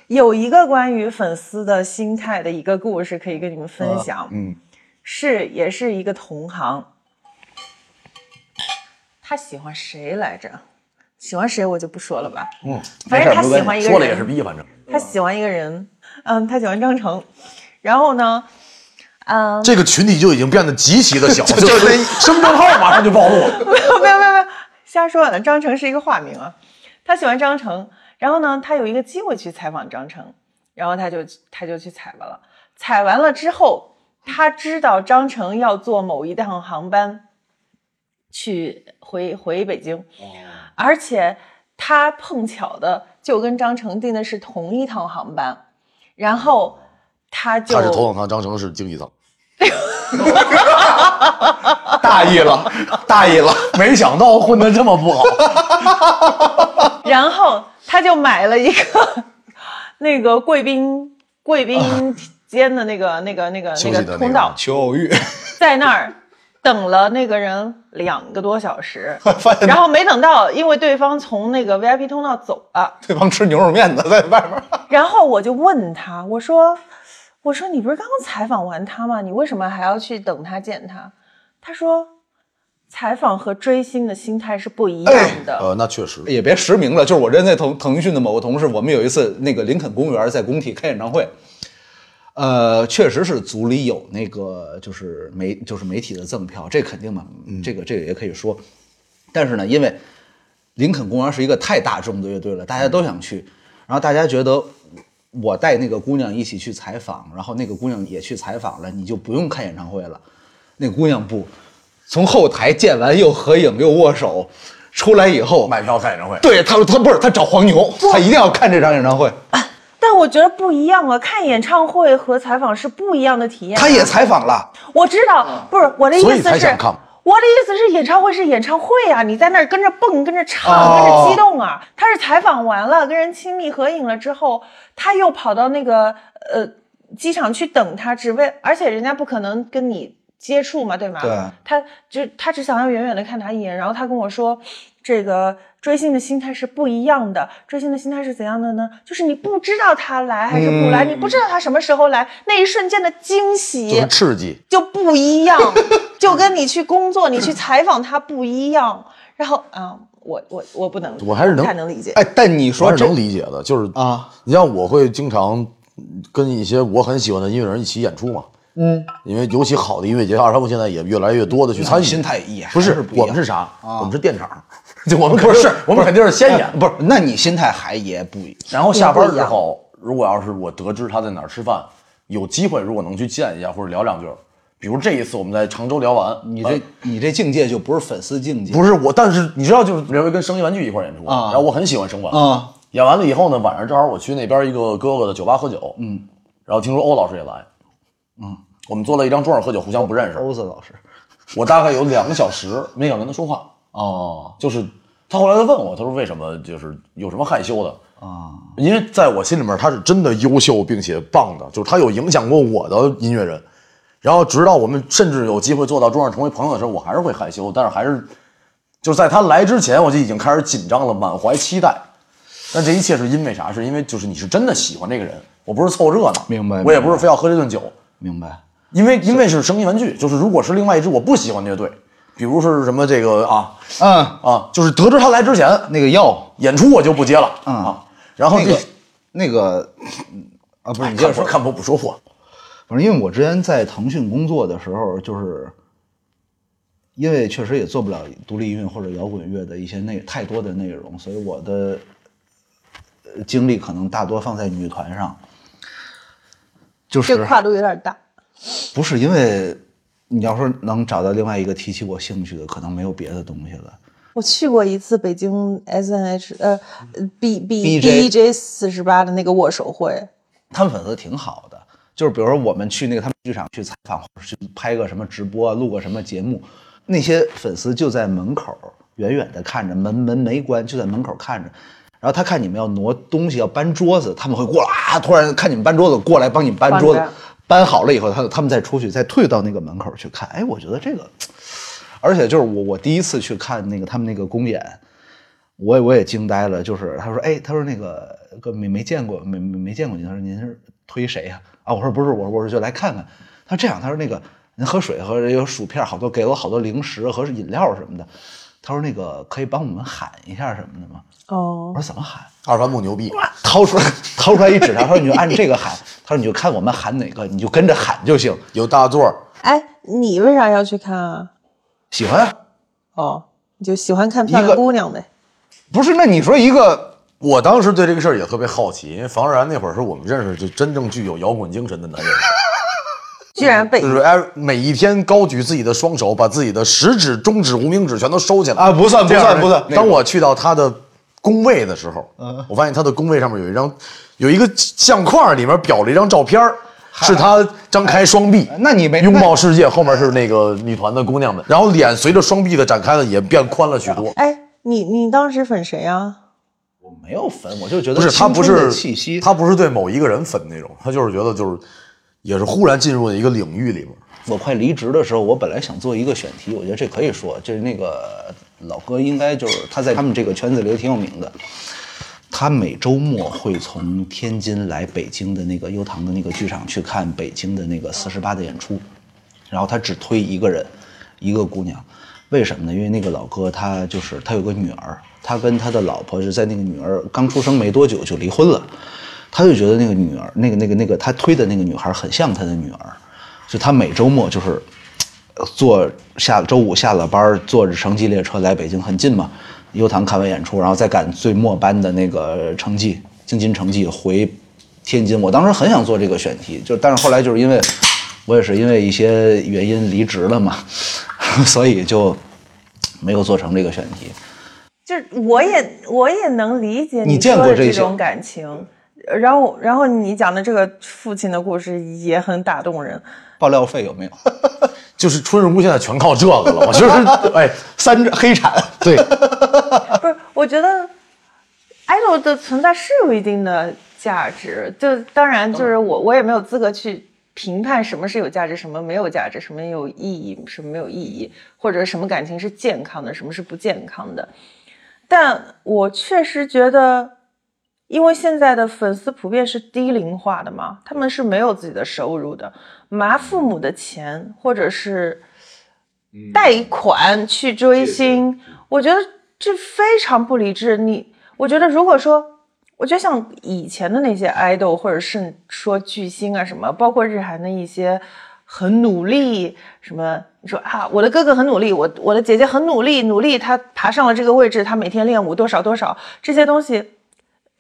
C: 有一个关于粉丝的心态的一个故事可以跟你们分
B: 啊
C: 享，嗯，是也是一个同行，他喜欢谁来着？喜欢谁我就不说了吧，嗯，反正他喜欢一个人，
B: 说了也是逼，反正
C: 他喜欢一个人，嗯，他喜欢张成，然后呢，嗯，
A: 这个群体就已经变得极其的 小，就
B: 就是是身份号马上就暴露了。
C: 没有没有没有没有，瞎说的，张成是一个化名啊，他喜欢张成，然后呢，他有一个机会去采访张成，然后他就他就去采完了，采完了之后，他知道张成要坐某一趟航班去回回北京，
A: 哦
C: 而且他碰巧的就跟张成订的是同一趟航班，然后他就
A: 他是头等舱，张成是经济舱。
D: 大意了，大意了。
B: 没想到混得这么不好，
C: 然后他就买了一个那个贵宾贵宾间的那个、那个那个
A: 休
C: 那
A: 息的
C: 个
A: 那个
C: 通道，
D: 求偶欲，
C: 在那儿等了那个人两个多小 时，然后没等到，因为对方从那个 VIP 通道走了。
D: 对方吃牛肉面的在外 面。
C: 然后我就问他，我说，我说你不是刚采访完他吗？你为什么还要去等他见他？他说，采访和追星的心态是不一样的。
D: 哎
A: 呃，那确实，
D: 也别实名了，就是我认识那腾腾讯的某个同事，我们有一次那个林肯公园在工体开演唱会，呃，确实是组里有那个就是媒就是媒体的赠票，这肯定嘛，这个这个也可以说，但是呢，因为林肯公园是一个太大众的乐队了，大家都想去，然后大家觉得。我带那个姑娘一起去采访，然后那个姑娘也去采访了，你就不用看演唱会了。那姑娘不，从后台见完又合影又握手，出来以后
B: 买票开演唱会。
D: 对他，他不是他找黄牛，他一定要看这场演唱会。
C: 但我觉得不一样啊，看演唱会和采访是不一样的体验。
D: 他也采访了，
C: 我知道，不是我的意
A: 所以
C: 思
A: 才
C: 是
A: 想看嘛，
C: 我的意思是演唱会是演唱会啊，你在那儿跟着蹦，跟着唱，跟
D: 哦
C: 着激动啊。他是采访完了，跟人亲密合影了之后，他又跑到那个呃机场去等他，只为而且人家不可能跟你接触嘛，对吗？
D: 对
C: 他就他只想要远远的看他一眼，然后他跟我说，这个追星的心态是不一样的。追星的心态是怎样的呢？就是你不知道他来还是不来，你不知道他什么时候来，那一瞬间的惊喜，
A: 就是刺激。
C: 就不一样，就跟你去工作、你去采访他不一样。然后啊，我我我不能，
A: 我还是能
C: 太能理解。
D: 哎，但你
A: 我
D: 说
A: 还是
D: 这
A: 能理解的，就是
D: 啊，
A: 你像我会经常跟一些我很喜欢的音乐人一起演出嘛，
D: 嗯，
A: 因为尤其好的音乐节，二三部现在也越来越多的去参与。
D: 心态也还
A: 不
D: 是
A: 是
D: 不一样
A: 我们是啥？我们是电场，就我们肯定
B: 不是
A: 我们肯定是先 演。
D: 哎不是，那你心态还也不一
B: 然后下班
C: 不一
B: 之
C: 样
B: 后，如果要是我得知他在哪儿吃饭，有机会如果能去见一下或者聊两句儿，比如这一次我们在常州聊完，
D: 你
B: 呃
D: 这你这境界就不是粉丝境界，
B: 不是我，但是你知道，就是刘维跟声音玩具一块儿演出，
D: 啊
B: 然后我很喜欢声玩，
D: 啊
B: 演完了以后呢，晚上正好我去那边一个哥哥的酒吧喝酒，嗯，然后听说欧老师也来，嗯，哦我们坐在一张桌上喝酒，互相不认识，
D: 欧子老师
B: 我大概有两个小时没敢跟他说话，
D: 哦
B: 就是他后来他问我，他说为什么就是有什么害羞的，
D: 啊
A: 因为在我心里面，他是真的优秀并且棒的，就是他有影响过我的音乐人。然后直到我们甚至有机会坐到桌上成为朋友的时候，我还是会害羞，但是还是
B: 就是在他来之前我就已经开始紧张了，满怀期待。但这一切是因为啥？是因为就是你是真的喜欢这个人，我不是凑热闹，
D: 明白
B: 我也
D: 明白
B: 不是非要喝这顿酒，
D: 明白
B: 因为因为是声音玩具，就是如果是另外一支我不喜欢的乐队，比如是什么这个啊
D: 嗯
B: 啊，就是得知他来之前
D: 那个药
B: 演出我就不接了、
A: 嗯
B: 啊。然后
D: 那
B: 这
D: 个那个嗯啊不是你接着说，
B: 看破不说破，
D: 反正因为我之前在腾讯工作的时候，就是因为确实也做不了独立音乐或者摇滚乐的一些内太多的内容，所以我的呃精力可能大多放在女团上。就是
C: 这个跨度有点大，
D: 不是因为你要说能找到另外一个提起我兴趣的，可能没有别的东西了。
C: 我去过一次北京 S N H 呃呃 B B
D: BJ
C: B J 四十八的那个握手会，
D: 他们粉丝挺好的，就是比如说我们去那个他们剧场去采访，或者去拍个什么直播，啊录个什么节目，那些粉丝就在门口远远的看着，门门没关，就在门口看着。然后他看你们要挪东西，要搬桌子，他们会过来啊！突然看你们搬桌子，过来帮你们搬桌子
C: 搬着，
D: 搬好了以后，他他们再出去，再退到那个门口去看。哎，我觉得这个，而且就是我我第一次去看那个他们那个公演，我也我也惊呆了，就是他说，哎，他说那个个没没见过，没没没见过您，他说您是推谁呀、啊？我说不是，我说我说就来看看。他说这样，他说那个您喝水和有薯片，好多给了我好多零食和饮料什么的。他说那个可以帮我们喊一下什么的吗？我
C: 哦，
D: 说怎么喊？
A: 二番木牛逼。
D: 掏出来 掏出来一纸条，他说你就按这个喊，他说你就看我们喊哪个，你就跟着喊就行。
A: 有大座儿，
C: 哎，你为啥要去看啊？
D: 喜欢啊？
C: 哦，你就喜欢看漂
D: 一个
C: 亮姑娘呗。
D: 不是？那你说一个
A: 我当时对这个事儿也特别好奇，因为房然那会儿是我们认识就真正具有摇滚精神的男人，
C: 居然被
D: 嗯
A: 就是哎，每一天高举自己的双手，把自己的食指、中指、无名指全都收起来
D: 啊，不算不
A: 这样
D: 算
A: 的
D: 不算，嗯
A: 当我去到他的工位的时候，我发现他的工位上面有一张，有一个相框，里面裱了一张照片儿是他张开双臂，
D: 哎那你没
A: 拥抱世界，后面是那个女团的姑娘们，然后脸随着双臂的展开了，也变宽了许多。
C: 哎，你你当时粉谁啊？
D: 我没有分，我就觉得
A: 不是他
D: 青
A: 不
D: 春的
A: 是
D: 气息，
A: 他不是对某一个人粉那种，他就是觉得就是也是忽然进入了一个领域里面。
D: 我快离职的时候，我本来想做一个选题，我觉得这可以说，就是那个老哥应该就是他在他们这个圈子里挺有名的。他每周末会从天津来北京的那个优唐的那个剧场去看北京的那个四十八的演出，然后他只推一个人，一个姑娘，为什么呢？因为那个老哥他就是他有个女儿，他跟他的老婆是在那个女儿刚出生没多久就离婚了，他就觉得那个女儿，那个那个那个他推的那个女孩很像他的女儿，就他每周末就是呃坐下周五下了班儿坐着城际列车来北京，很近嘛。优唐看完演出，然后再赶最末班的那个城际京津城际回天津。我当时很想做这个选题，就但是后来就是因为我也是因为一些原因离职了嘛， 所以就没有做成这个选题。
C: 就是我也我也能理解
D: 你见
C: 说
D: 过
C: 的
D: 这
C: 这
D: 些
C: 种感情。呃然后，然后你讲的这个父亲的故事也很打动人。
D: 爆料费有没 有？
A: 就是春日屋现在全靠这个了，我觉得哎，
D: 三黑产。
A: 对，
C: 不是，我觉得 idol 的存在是有一定的价值，就当然就是我我也没有资格去评判什么是有价值，什么没有价值，什么有意义，什么没有意义，或者什么感情是健康的，什么是不健康的。但我确实觉得，因为现在的粉丝普遍是低龄化的嘛，他们是没有自己的收入的，拿父母的钱或者是贷款去追星，我觉得这非常不理智。你，我觉得如果说，我觉得像以前的那些爱豆，或者是说巨星啊什么，包括日韩的一些很努力，什么你说啊，我的哥哥很努力，我我的姐姐很努力，努力他爬上了这个位置，他每天练舞多少多少，这些东西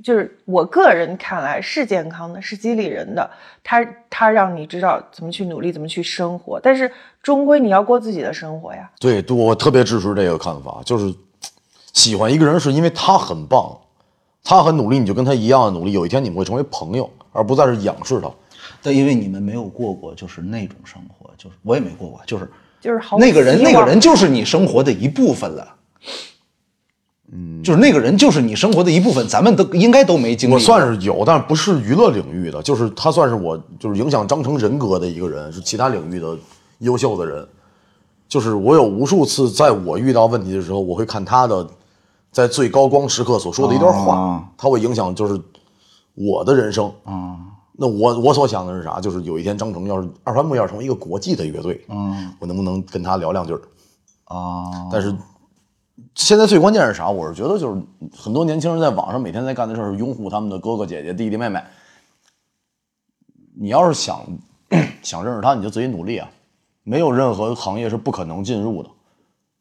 C: 就是我个人看来是健康的，是激励人的。它它让你知道怎么去努力，怎么去生活。但是终归你要过自己的生活呀。
B: 对，对我特别支持这个看法，就是喜欢一个人是因为他很棒，他很努力，你就跟他一样的努力，有一天你们会成为朋友，而不再是仰视他。
D: 但因为你们没有过过就是那种生活，就是我也没过过，就是
C: 就是毫无
D: 那个人，
C: 希望
D: 那个人就是你生活的一部分了。嗯，就是那个人就是你生活的一部分，咱们都应该都没经历过。
B: 我算是有，但不是娱乐领域的，就是他算是我就是影响张成人格的一个人，是其他领域的优秀的人。就是我有无数次在我遇到问题的时候，我会看他的在最高光时刻所说的一段
D: 哦
B: 话，他会影响就是我的人生。那我我所想的是啥？就是有一天张成要是二番木要成为一个国际的乐队，嗯，我能不能跟他聊两句儿？
D: 啊，
B: 但是现在最关键是啥？我是觉得就是很多年轻人在网上每天在干的事儿是拥护他们的哥哥姐姐、弟弟妹妹。你要是想 想认识他，你就自己努力啊，没有任何行业是不可能进入的，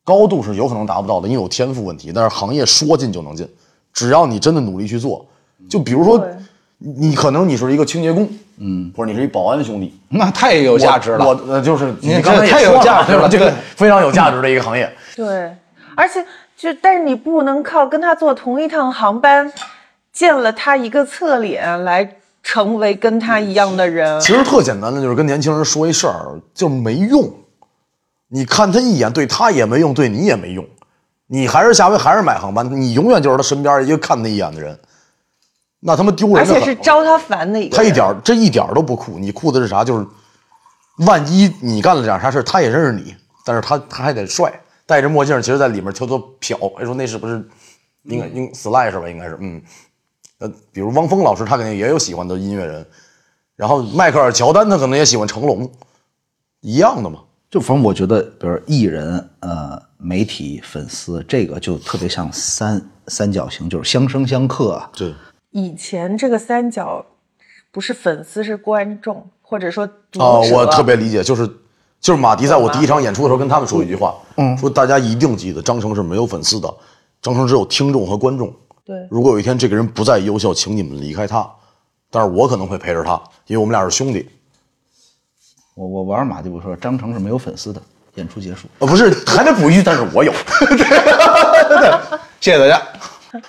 B: 高度是有可能达不到的，因为有天赋问题。但是行业说进就能进，只要你真的努力去做。就比如说
C: 对，
B: 你你可能你是一个清洁工，嗯，或者你是一保安兄弟，
D: 那太有价值了。
B: 我我呃就是
D: 你
B: 你刚才
D: 这
B: 也
D: 太有
B: 说了
D: 价值
B: 对吧
D: 了
B: 这个
D: 对
B: 非常有价值的一个行业。
C: 对，而且就但是你不能靠跟他坐同一趟航班，见了他一个侧脸来成为跟他一样的人。
B: 其实特简单的，就是跟年轻人说一事儿，就是没用。你看他一眼，对他也没用，对你也没用。你还是下回还是买航班，你永远就是他身边一个看他一眼的人，那他妈丢人
C: 而
B: 得很。
C: 且是招他烦的一个人，
B: 他一点儿这一点儿都不酷，你酷的是啥？就是万一你干了点啥事儿他也认识你，但是他他还得帅，戴着墨镜儿，其实在里面偷偷瞟，哎，说那是不是应该应 Slash 吧？应该是，嗯，呃，比如汪峰老师，他肯定也有喜欢的音乐人，然后迈克尔乔丹他可能也喜欢成龙，一样的嘛。
D: 就反正我觉得，比如艺人、呃，媒体、粉丝，这个就特别像三三角形，就是相生相克啊。
B: 对，
C: 以前这个三角不是粉丝是观众，或者说读者。
B: 哦，我特别理解，就是就是马迪在我第一场演出的时候跟他们说一句话，嗯，说大家一定记得张成是没有粉丝的，张成只有听众和观众。
C: 对，
B: 如果有一天这个人不再优秀，请你们离开他，但是我可能会陪着他，因为我们俩是兄弟。
D: 我我玩马就不说，张成是没有粉丝的。演出结束，
B: 呃，不是，还得补一句，但是我有
D: 谢谢大家。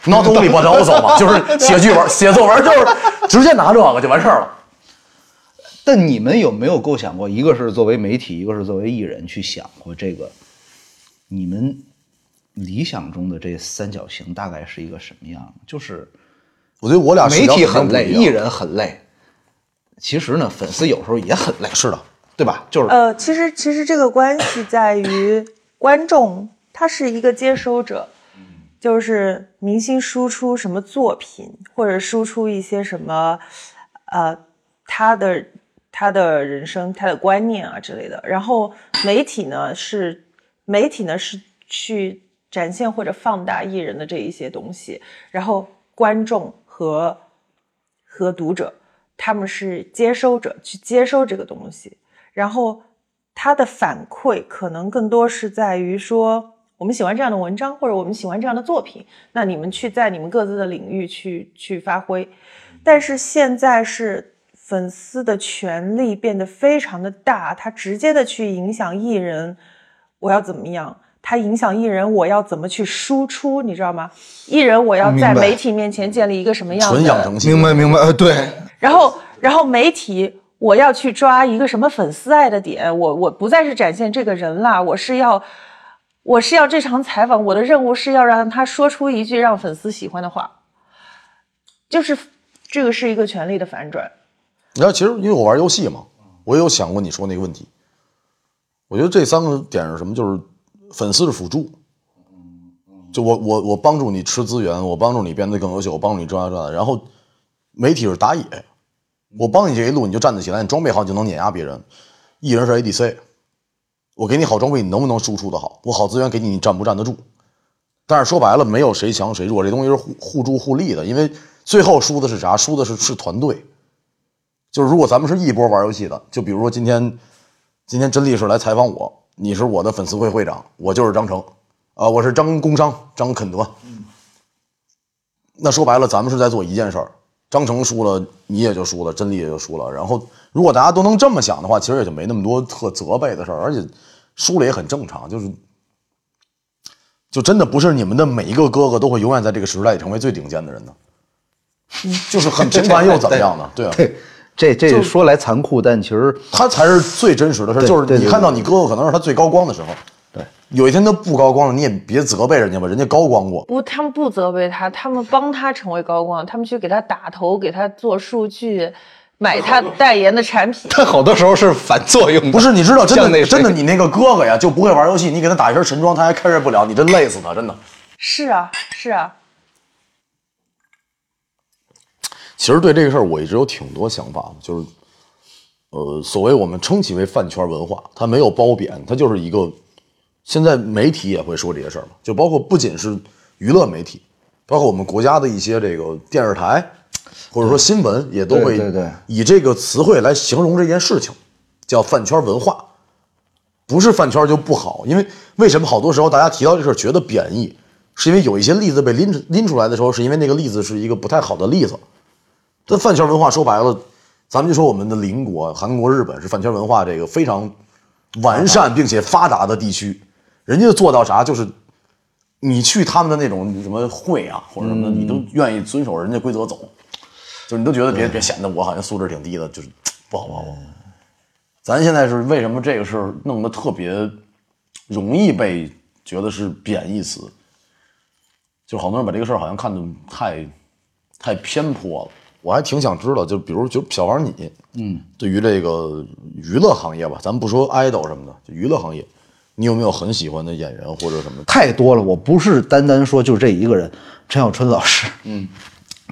B: ，not only but also 嘛，就是写剧本、写作文，就是直接拿这个就完事儿了。
D: 但你们有没有构想过，一个是作为媒体，一个是作为艺人，去想过这个你们理想中的这三角形大概是一个什么样？就是
B: 我觉得我俩
D: 媒
B: 视角
D: 体
B: 肯定
D: 很
B: 不
D: 累，
B: 一样
D: 艺人很累，啊其实呢，粉丝有时候也很累，
B: 是的，
D: 对吧？就是
C: 呃，其实其实这个关系在于观众，他是一个接收者，
D: 嗯
C: 就是明星输出什么作品，或者输出一些什么，呃，他的他的人生、他的观念啊之类的。然后媒体呢是媒体呢是去展现或者放大艺人的这一些东西，然后观众和和读者他们是接收者，去接收这个东西。然后他的反馈可能更多是在于说，我们喜欢这样的文章，或者我们喜欢这样的作品，那你们去在你们各自的领域去去发挥。
B: 嗯
C: 但是现在是粉丝的权力变得非常的大，他直接的去影响艺人，我要怎么样？他影响艺人，我要怎么去输出？你知道吗？艺人我要在
D: 明白
C: 媒体面前建立一个什么样的
B: 纯养成系。
D: 白明白，呃，对，
C: 然后，然后媒体我要去抓一个什么粉丝爱的点，我我不再是展现这个人啦，我是要，我是要这场采访，我的任务是要让他说出一句让粉丝喜欢的话，就是这个是一个权力的反转。
B: 你知道，其实因为我玩游戏嘛，我也有想过你说那个问题。我觉得这三个点是什么？就是粉丝是辅助，就我我我帮助你吃资源，我帮助你变得更优秀，我帮助你这那这那。然后媒体是打野，我帮你这一路你就站得起来，你装备好你就能碾压别人。艺人是 ADC，我给你好装备，你能不能输出的好？我好资源给你，你站不站得住？但是说白了，没有谁强谁弱，这东西是互互助互利的。因为最后输的是啥？输的是是团队。就是如果咱们是一波玩游戏的，就比如说今天，今天真力是来采访我，你是我的粉丝会会长，我就是张成，啊、我是张工商张肯德。那说白了，咱们是在做一件事儿。张成输了，你也就输了，真力也就输了。然后，如果大家都能这么想的话，其实也就没那么多特责备的事儿，而且输了也很正常，就是就真的不是你们的每一个哥哥都会永远在这个时代里成为最顶尖的人的，就是很平凡又怎么样呢？对啊，
D: 对，这这说来残酷，但其实
B: 他才是最真实的事儿，
D: 对
B: 就是
D: 对
B: 你
D: 对
B: 看到你哥哥可能是他最高光的时候。对，有一天他不高光了，你也别责备人家吧，人家高光过。
C: 不，他们不责备他，他们帮他成为高光，他们去给他打头，给他做数据，买他代言的产品。
D: 他 好多时候是反作用的。
B: 不是，你知道，真
D: 像那
B: 的，
D: 谁
B: 真的，你那个哥哥呀，就不会玩游戏，你给他打一身神装，他还 carry 不了，你真累死他，真的。
C: 是啊，是啊，
B: 其实对这个事儿，我一直有挺多想法的，就是，呃，所谓我们称其为饭圈文化，它没有褒贬，它就是一个，现在媒体也会说这些事儿嘛，就包括不仅是娱乐媒体，包括我们国家的一些这个电视台，或者说新闻，也都会
D: 对对对
B: 以这个词汇来形容这件事情，叫饭圈文化。不是饭圈就不好，因为为什么好多时候大家提到这事儿觉得贬义，是因为有一些例子被拎出拎出来的时候，是因为那个例子是一个不太好的例子。但饭圈文化说白了，咱们就说我们的邻国韩国、日本是饭圈文化这个非常完善并且发达的地区，人家做到啥就是，你去他们的那种什么会啊或者什么的，你都愿意遵守人家规则走，就是你都觉得别别显得我好像素质挺低的，就是不好不好不好。咱现在是为什么这个事儿弄得特别容易被觉得是贬义词？就好多人把这个事儿好像看得太太偏颇了。我还挺想知道，就比如就小王你，嗯，对于这个娱乐行业吧，咱们不说 idol 什么的，就娱乐行业，你有没有很喜欢的演员或者什么？
D: 太多了，我不是单单说就这一个人。陈小春老师，嗯，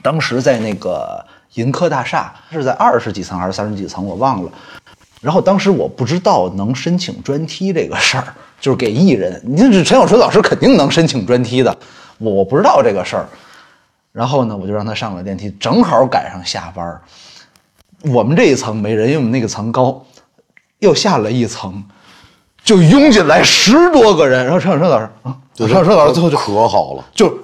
D: 当时在那个银科大厦是在二十几层还是三十几层，我忘了。然后当时我不知道能申请专梯这个事儿，就是给艺人，你这陈小春老师肯定能申请专梯的，我我不知道这个事儿。然后呢，我就让他上了电梯，正好赶上下班儿。我们这一层没人，因为我们那个层高，又下了一层，就拥进来十多个人。然后陈小春老师，啊，陈小春老师最后就
B: 可好了，
D: 就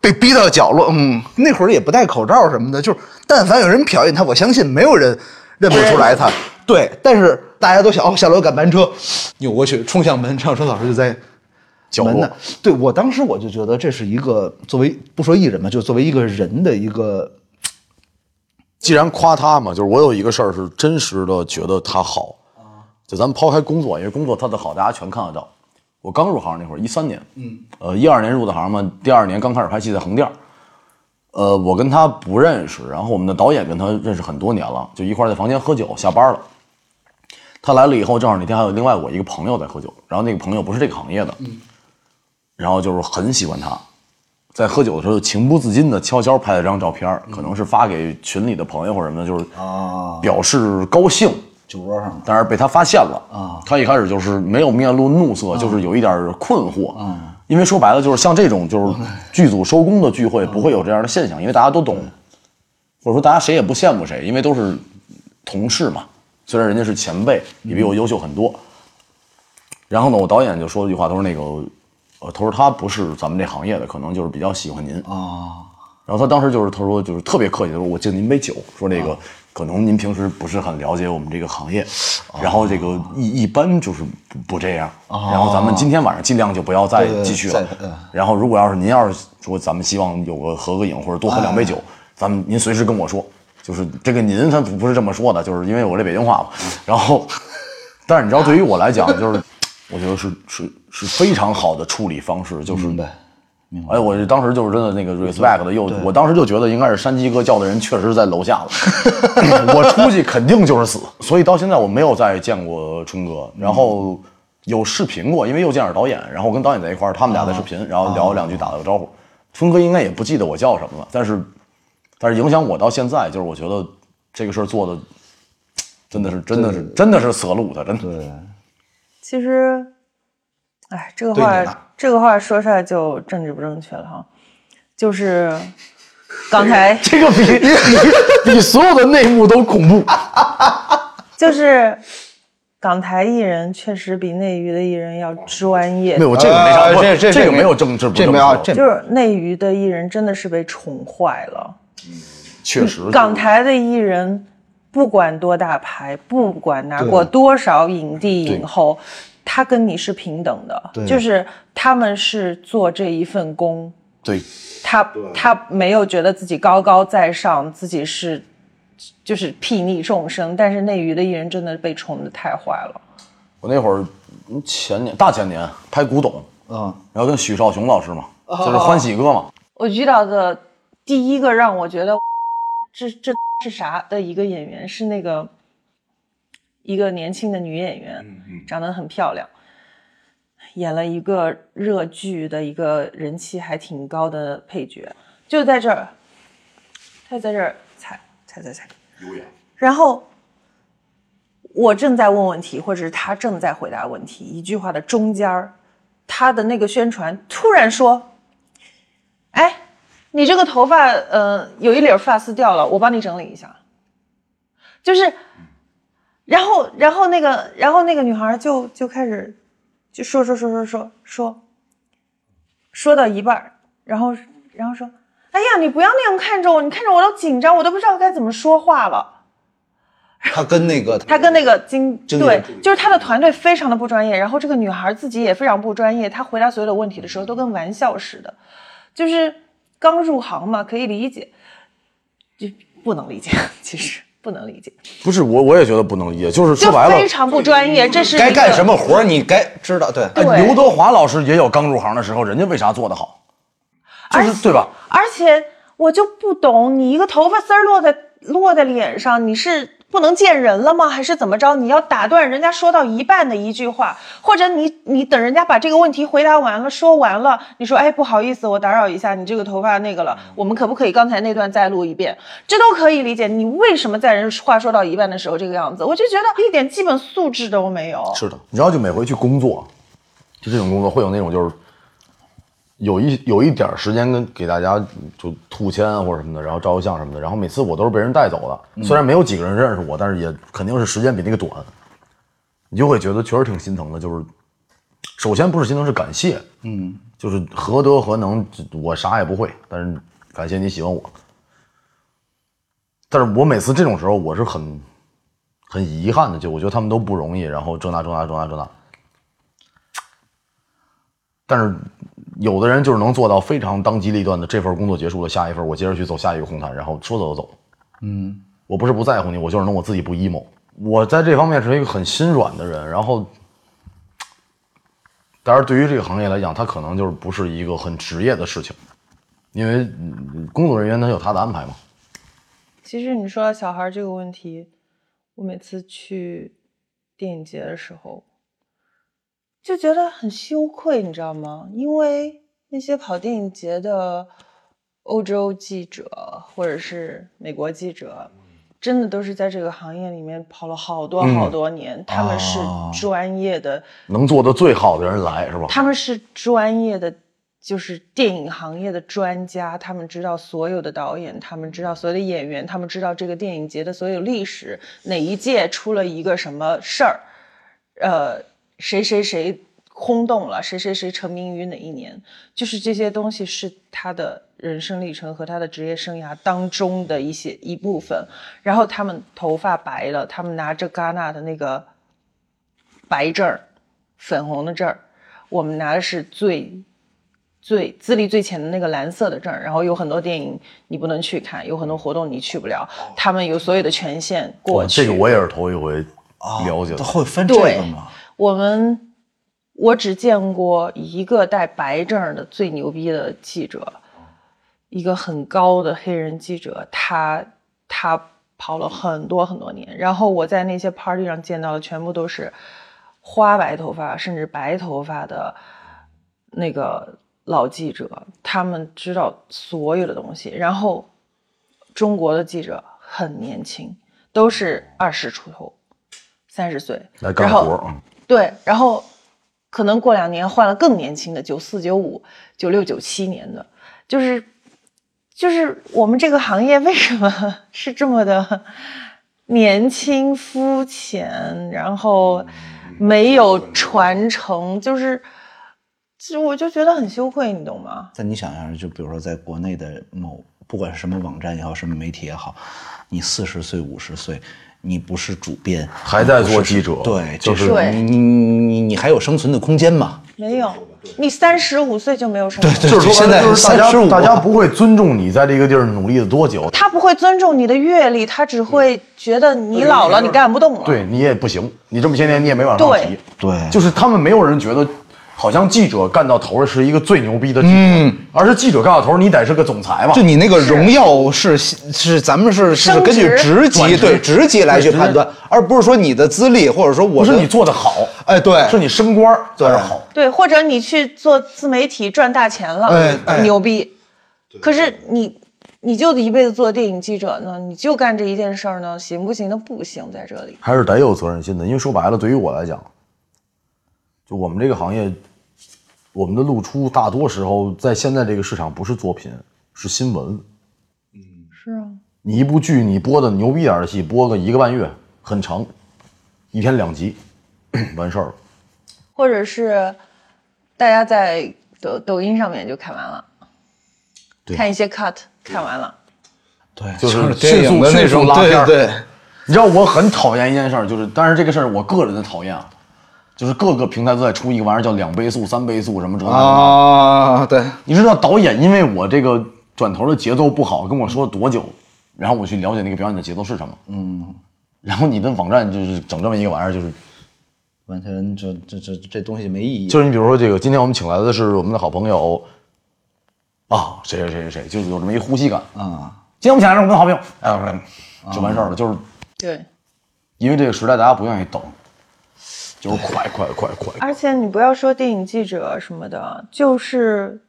D: 被逼到角落。嗯，那会儿也不戴口罩什么的，就是但凡有人瞟一眼他，我相信没有人认不出来
A: 哎
D: 他。对，但是大家都想哦，下楼赶班车，扭过去冲向门，陈小春老师就在
B: 角
D: 门
B: 落
D: 呢。对我当时我就觉得这是一个作为不说艺人吧，就作为一个人的一个
B: 既然夸他嘛，就是我有一个事儿是真实的觉得他好，就咱们抛开工作，因为工作他的好大家全看得到。我刚入行那会儿，一三年，嗯，呃，一二年入的行嘛，第二年刚开始拍戏在横店儿，呃，我跟他不认识，然后我们的导演跟他认识很多年了，就一块儿在房间喝酒，下班了。他来了以后，正好那天还有另外我一个朋友在喝酒，然后那个朋友不是这个行业的，嗯，然后就是很喜欢他，在喝酒的时候就情不自禁的悄悄拍了张照片儿，可能是发给群里的朋友或者什么的，就是
D: 啊
B: 表示高兴，
D: 酒桌上
B: 但是被他发现了
D: 啊。
B: 他一开始就是没有面露怒色，就是有一点儿困惑啊。因为说白了，就是像这种就是剧组收工的聚会，不会有这样的现象，因为大家都懂，或者说大家谁也不羡慕谁，因为都是同事嘛。虽然人家是前辈，也比我优秀很多。然后呢，我导演就说了一句话，他说那个，呃，他说他不是咱们这行业的，可能就是比较喜欢您
D: 啊，
B: 然后他当时就是他说就是特别客气，他说我敬您杯酒，说那个、
D: 啊
B: 可能您平时不是很了解我们这个行业，然后这个一一般就是不不这样，然后咱们今天晚上尽量就不要再
D: 啊对对
B: 继续了。
D: 再嗯
B: 然后如果要是您要是说咱们希望有个合个影或者多喝两杯
D: 哎
B: 酒，咱们您随时跟我说，就是这个您他不不是这么说的，就是因为我这北京话嘛。
D: 嗯
B: 然后，但是你知道对于我来讲，就是我觉得是是是非常好的处理方式，就是。
D: 明白。
B: 哎，我这当时就是真的那个 respect 的，又我当时就觉得应该是山鸡哥叫的人确实在楼 下了，我出去肯定就是死，所以到现在我没有再见过春哥，然后有视频过，因为又见着导演，然后我跟导演在一块儿，他们俩在视频，然后聊了两句，打了个招呼。春哥应该也不记得我叫什么了，但是但是影响我到现在，就是我觉得这个事儿做的真的是真的是真的是死路，他真的。
C: 其实，哎，这个
D: 对你
C: 话
D: 了
C: 这个话说出来就政治不正确了哈，就是刚才
B: 这个比 比比所有的内幕都恐怖。
C: 就是港台艺人确实比内娱的艺人要专业
B: 没，有这个没
D: 呃
B: 啥，
D: 这
B: 这
D: 这
B: 个没有啊政治不
D: 这
B: 正
D: 没有
B: 确，
D: 这
C: 就是内娱的艺人真的是被宠坏了。
B: 确实
C: 港台的艺人，不管多大牌，不管拿过多少影帝影后，他跟你是平等的，就是他们是做这一份工，
B: 对
C: 他他没有觉得自己高高在上，自己是就是睥睨众生，但是内娱的艺人真的被宠得太坏了。
B: 我那会儿嗯前年大前年拍古董，
D: 嗯，
B: 然后跟许绍雄老师嘛，
C: 哦
B: 就是欢喜哥嘛，
C: 我遇到的第一个让我觉得这这是啥的一个演员是那个一个年轻的女演员，长得很漂亮，演了一个热剧的一个人气还挺高的配角，就在这儿，他在这儿踩踩踩踩，然后。我正在问问题，或者是他正在回答问题，一句话的中间儿，他的那个宣传突然说哎，你这个头发，呃，有一绺发丝掉了，我帮你整理一下。就是，然后，然后那个，然后那个女孩就就开始就说说说说说说，说到一半儿，然后然后说，哎呀，你不要那样看着我，你看着我都紧张，我都不知道该怎么说话了。
D: 他跟那个
C: 他跟那个经
D: 经纪人
C: 对，就是他的团队非常的不专业，然后这个女孩自己也非常不专业，她回答所有的问题的时候都跟玩笑似的，就是刚入行嘛，可以理解，就不能理解，其实不能理解，
B: 不是我我也觉得不能理解，就是说
C: 就
B: 白了
C: 非。常不专业，这是
D: 该
C: 一
D: 干
C: 个
D: 什么活儿你该知道，对，
B: 哎
C: 对
B: 刘德华老师也有刚入行的时候，人家为啥做得好？就
C: 而
B: 是对吧？
C: 而且我就不懂，你一个头发丝儿落在落在脸上，你是不能见人了吗？还是怎么着？你要打断人家说到一半的一句话，或者你你等人家把这个问题回答完了，说完了，你说哎不好意思，我打扰一下，你这个头发那个了，我们可不可以刚才那段再录一遍？这都可以理解。你为什么在人话说到一半的时候这个样子？我就觉得一点基本素质都没有。
B: 是的，
A: 你知道，就每回去工作，就这种工作会有那种就是有一有一点儿时间跟给大家就吐签啊或者什么的，然后照个相什么的。然后每次我都是被人带走的，虽然没有几个人认识我，但是也肯定是时间比那个短。你就会觉得确实挺心疼的，就是首先不是心疼，是感谢，嗯，就是何德何能，我啥也不会，但是感谢你喜欢我。但是我每次这种时候，我是很很遗憾的，就我觉得他们都不容易，然后这那这那这那这那。但是有的人就是能做到非常当机立断的，这份工作结束了，下一份我接着去走下一个红毯，然后说走就走。嗯，我不是不在乎你，我就是能我自己不 emo。我在这方面是一个很心软的人，然后，当然对于这个行业来讲，它可能就是不是一个很职业的事情，因为嗯工作人员他有他的安排嘛。
C: 其实你说到小孩儿这个问题，我每次去电影节的时候，就觉得很羞愧，你知道吗？因为那些跑电影节的欧洲记者或者是美国记者，真的都是在这个行业里面跑了好多好多年，他们是专业的，
A: 能做的最好的人来是吧？
C: 他们是专业的，就是电影行业的专家，他们知道所有的导演，他们知道所有的演员，他们知道这个电影节的所有历史，哪一届出了一个什么事儿，呃，谁谁谁轰动了，谁谁谁成名于哪一年，就是这些东西是他的人生历程和他的职业生涯当中的一些一部分。然后他们头发白了，他们拿着戛纳的那个白证儿、粉红的证儿，我们拿的是最。最资历最浅的那个蓝色的证儿，然后有很多电影你不能去看，有很多活动你去不了，他们有所有的权限
A: 哦
C: 过去。哦
A: 这个我也是头一回了解的。
D: 啊会分这个吗？
C: 我们我只见过一个带白证儿的最牛逼的记者，一个很高的黑人记者，他他跑了很多很多年。然后我在那些 party 上见到的全部都是花白头发，甚至白头发的那个老记者，他们知道所有的东西。然后中国的记者很年轻，都是二十出头。三十岁，
A: 来干
C: 然
A: 活
C: 后
A: 儿，嗯
C: 对，然后可能过两年换了更年轻的，九四、九五、九六、九七年的，就是就是我们这个行业为什么 是这么的年轻、肤浅，然后嗯没有传承，就是就我就觉得很羞愧，你懂吗？
D: 但你想想，就比如说在国内的某，不管是什么网站也好，什么媒体也好，你四十岁、五十岁，你不是主编，
B: 还在做记者，
D: 对，
B: 就
D: 就是是
C: 对
D: 你你你你还有生存的空间嘛？
C: 没有，你三十五岁就没有什么。
D: 对
B: 就是说
D: 现
B: 白
D: 在
B: 了就是大
D: 三十
B: 家
D: 五，
B: 大家不会尊重你在这个地儿努力了多久，
C: 他不会尊重你的阅历，他只会觉得你老了，你干不动了。
B: 对你也不行，你这么些年你也没往上
C: 对
B: 提，
D: 对
B: 就是他们没有人觉得。好像记者干到头儿是一个最牛逼的记者，而是记者干到头嗯儿，你得是个总裁嘛
D: 就，你那个荣耀是是咱们是是
C: 升
D: 根据
C: 职
D: 职级对职级来去判断，而不是说你的资历或者说我
B: 不是
D: 的
B: 你做的好，
D: 哎对
B: 是你升官儿才是好。
C: 对或者你去做自媒体赚大钱了，
D: 哎哎
C: 牛逼。可是你，你就一辈子做电影记者呢，你就干这一件事儿呢，行不行？那不行，在这里。
B: 还是得有责任心的，因为说白了，对于我来讲，就我们这个行业，我们的露出大多时候在现在这个市场不是作品，是新闻。
C: 是啊，
B: 你一部剧，你播的牛逼点儿的戏，播个一个半月，很长，一天两集，完事儿了。
C: 或者是大家在抖抖音上面就看完了，看一些 cut 看完了。
D: 对，
B: 就是
D: 电
B: 迅速
D: 影的那
B: 迅速
D: 种
B: 拉片
D: 对
B: 儿啊
D: 对。
B: 你知道我很讨厌一件事儿，就是，但是这个事儿我个人的讨厌啊，就是各个平台都在出一个玩意儿叫两倍速、三倍速什么这那的。
D: 啊，对，
B: 你知道导演因为我这个转头的节奏不好，跟我说多久，然后我去了解那个表演的节奏是什么。嗯，然后你的网站就是整这么一个玩意儿，就是
D: 完全这这这这东西没意义。
B: 就是你比如说这个，今天我们请来的是我们的好朋友啊，谁谁谁谁谁，就是有这么一呼吸感。
D: 啊，
B: 今天我们请来的是我们的好朋友，哎，就完事儿了，就是
C: 对，
B: 因为这个时代大家不愿意等，就是快快快快。
C: 而且你不要说电影记者什么的，就是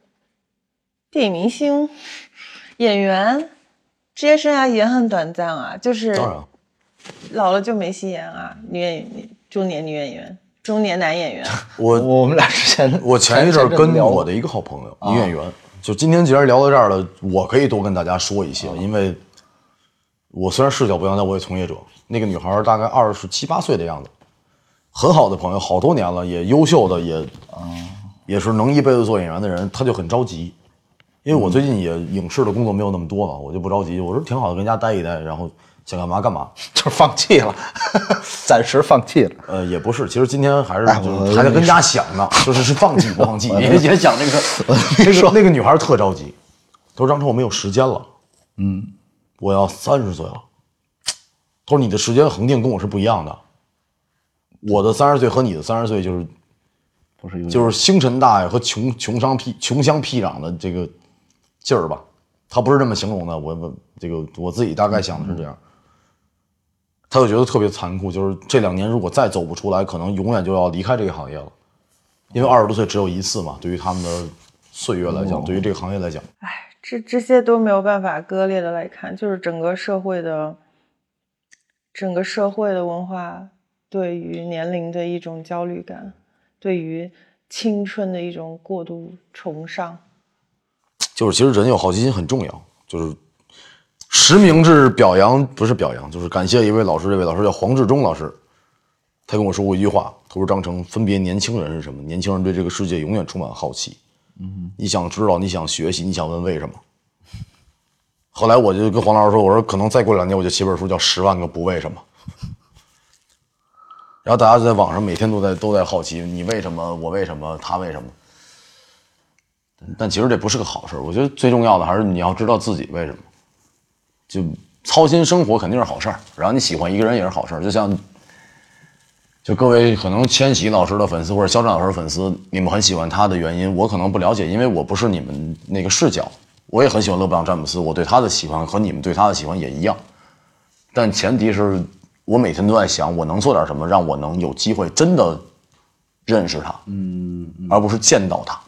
C: 电影明星、演员，职业生涯也很短暂啊。就是
B: 当然，
C: 老了就没戏演啊，女演员、中年女演员、中年男演员。
B: 我
D: 我们俩之前
B: 我前一阵儿跟
D: 聊啊
B: 我的一个好朋友，女演员，就今天既然聊到这儿了，我可以多跟大家说一些，
D: 啊
B: 因为我虽然视角不一样，但我也从业者。那个女孩儿大概二十七八岁的样子，很好的朋友，好多年了，也优秀的，也
D: 啊
B: 也是能一辈子做演员的人，她就很着急。因
D: 嗯
B: 为我最近也影视的工作没有那么多了，我就不着急，我说挺好的，跟家待一待，然后想干嘛干嘛。
D: 就是放弃了， 暂时放 弃了。
B: 呃，也不是，其实今天还是
D: 哎
B: 就
D: 我
B: 是还在跟家想呢，就是是放弃不放 弃， 也也想这个那个那个女孩特着急，她说张成我没有时间了，嗯，我要三十岁了。她说你的时间恒定跟我是不一样的，我的三十岁和你的三十岁就是
D: 不是有
B: 就是星辰大海和穷穷乡僻穷乡僻壤的这个劲儿吧，他不是这么形容的。我我这个我自己大概想的是这样，他就觉得特别残酷，就是这两年如果再走不出来，可能永远就要离开这个行业了，因为二十多岁只有一次嘛。对于他们的岁月来讲，对于这个行业来讲，
C: 哎，这这些都没有办法割裂的来看，就是整个社会的，整个社会的文化对于年龄的一种焦虑感，对于青春的一种过度崇尚。
B: 就是其实人有好奇心很重要，就是。实名制表扬不是表扬，就是感谢一位老师，这位老师叫黄志忠老师，他跟我说过一句话，他说：“张成，分别年轻人是什么？年轻人对这个世界永远充满好奇。嗯，你想知道，你想学习，你想问为什么。”后来我就跟黄老师说：“我说可能再过两年我就写本书叫《十万个不为什么》。”然后大家就在网上每天都在都在好奇你为什么，我为什么，他为什么。但其实这不是个好事儿我觉得最重要的还是你要知道自己为什么。就操心生活肯定是好事儿，然后你喜欢一个人也是好事儿。就像，就各位可能千玺老师的粉丝或者肖战老师的粉丝，你们很喜欢他的原因，我可能不了解，因为我不是你们那个视角。我也很喜欢勒布朗詹姆斯，我对他的喜欢和你们对他的喜欢也一样，但前提是我每天都在想，我能做点什么，让我能有机会真的认识他，嗯，而不是见到他，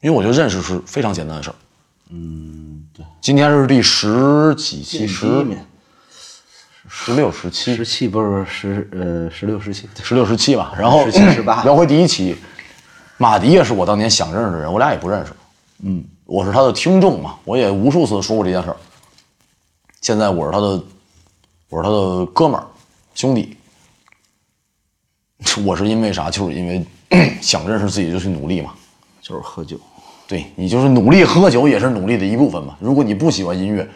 B: 因为我觉得认识是非常简单的事儿。嗯今天是第十几期，十
D: 第一面，
B: 十六、十七
D: 十，七不是十呃十六十七，对
B: 十六、十七吧。然后
D: 17 18
B: 聊回第一期，马迪也是我当年想认识的人，我俩也不认识。嗯，我是他的听众嘛，我也无数次说过这件事儿。现在我是他的，我是他的哥们儿兄弟。 我是因为啥？就是因为 想认识自己就去努力嘛。
D: 就是喝酒。
B: 对你就是努力喝酒也是努力的一部分嘛。如果你不喜欢音乐，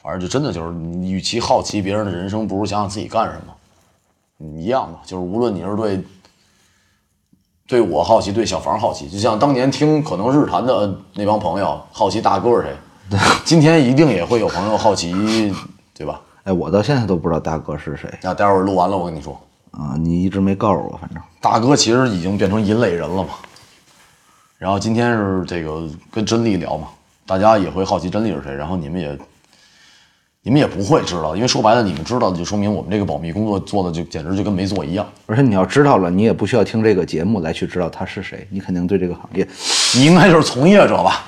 B: 反正就真的就是，你与其好奇别人的人生，不如想想自己干什么。嗯一样的，就是无论你是对对我好奇，对小房好奇，就像当年听可能日坛的呃那帮朋友好奇大哥是谁，今天一定也会有朋友好奇，对吧？
D: 哎，我到现在都不知道大哥是谁
B: 那待会儿录完了我跟你说，
D: 啊！你一直没告诉我，反正
B: 大哥其实已经变成引类人了嘛。然后今天是这个跟真理聊嘛，大家也会好奇真理是谁，然后你们也你们也不会知道，因为说白了你们知道的就说明我们这个保密工作做的就简直就跟没做一样。
D: 而且你要知道了，你也不需要听这个节目来去知道他是谁，你肯定对这个行业，
B: 你应该就是从业者吧？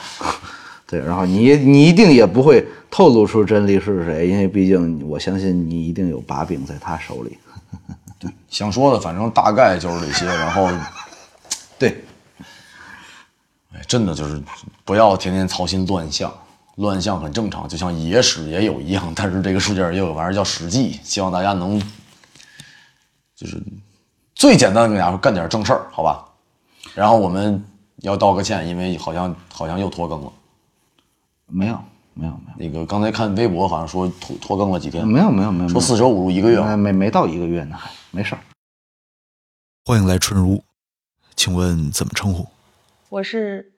D: 对，然后你你一定也不会透露出真理是谁，因为毕竟我相信你一定有把柄在他手里。
B: 想说的反正大概就是这些，然后
D: 对，
B: 哎，真的就是不要天天操心乱象，乱象很正常，就像野史也有一样，但是这个世界上也有玩意儿叫史记，希望大家能就是最简单的跟大家说干点正事儿，好吧？然后我们要道个歉，因为好像好像又拖更了。
D: 没有没有没
B: 那个刚才看微博好像说拖拖更了几天
D: 有，没有没有没有，
B: 说四舍五入一个月。啊
D: 没没没到一个月呢，还没事儿。
E: 欢迎来春如，请问怎么称呼？
C: 我是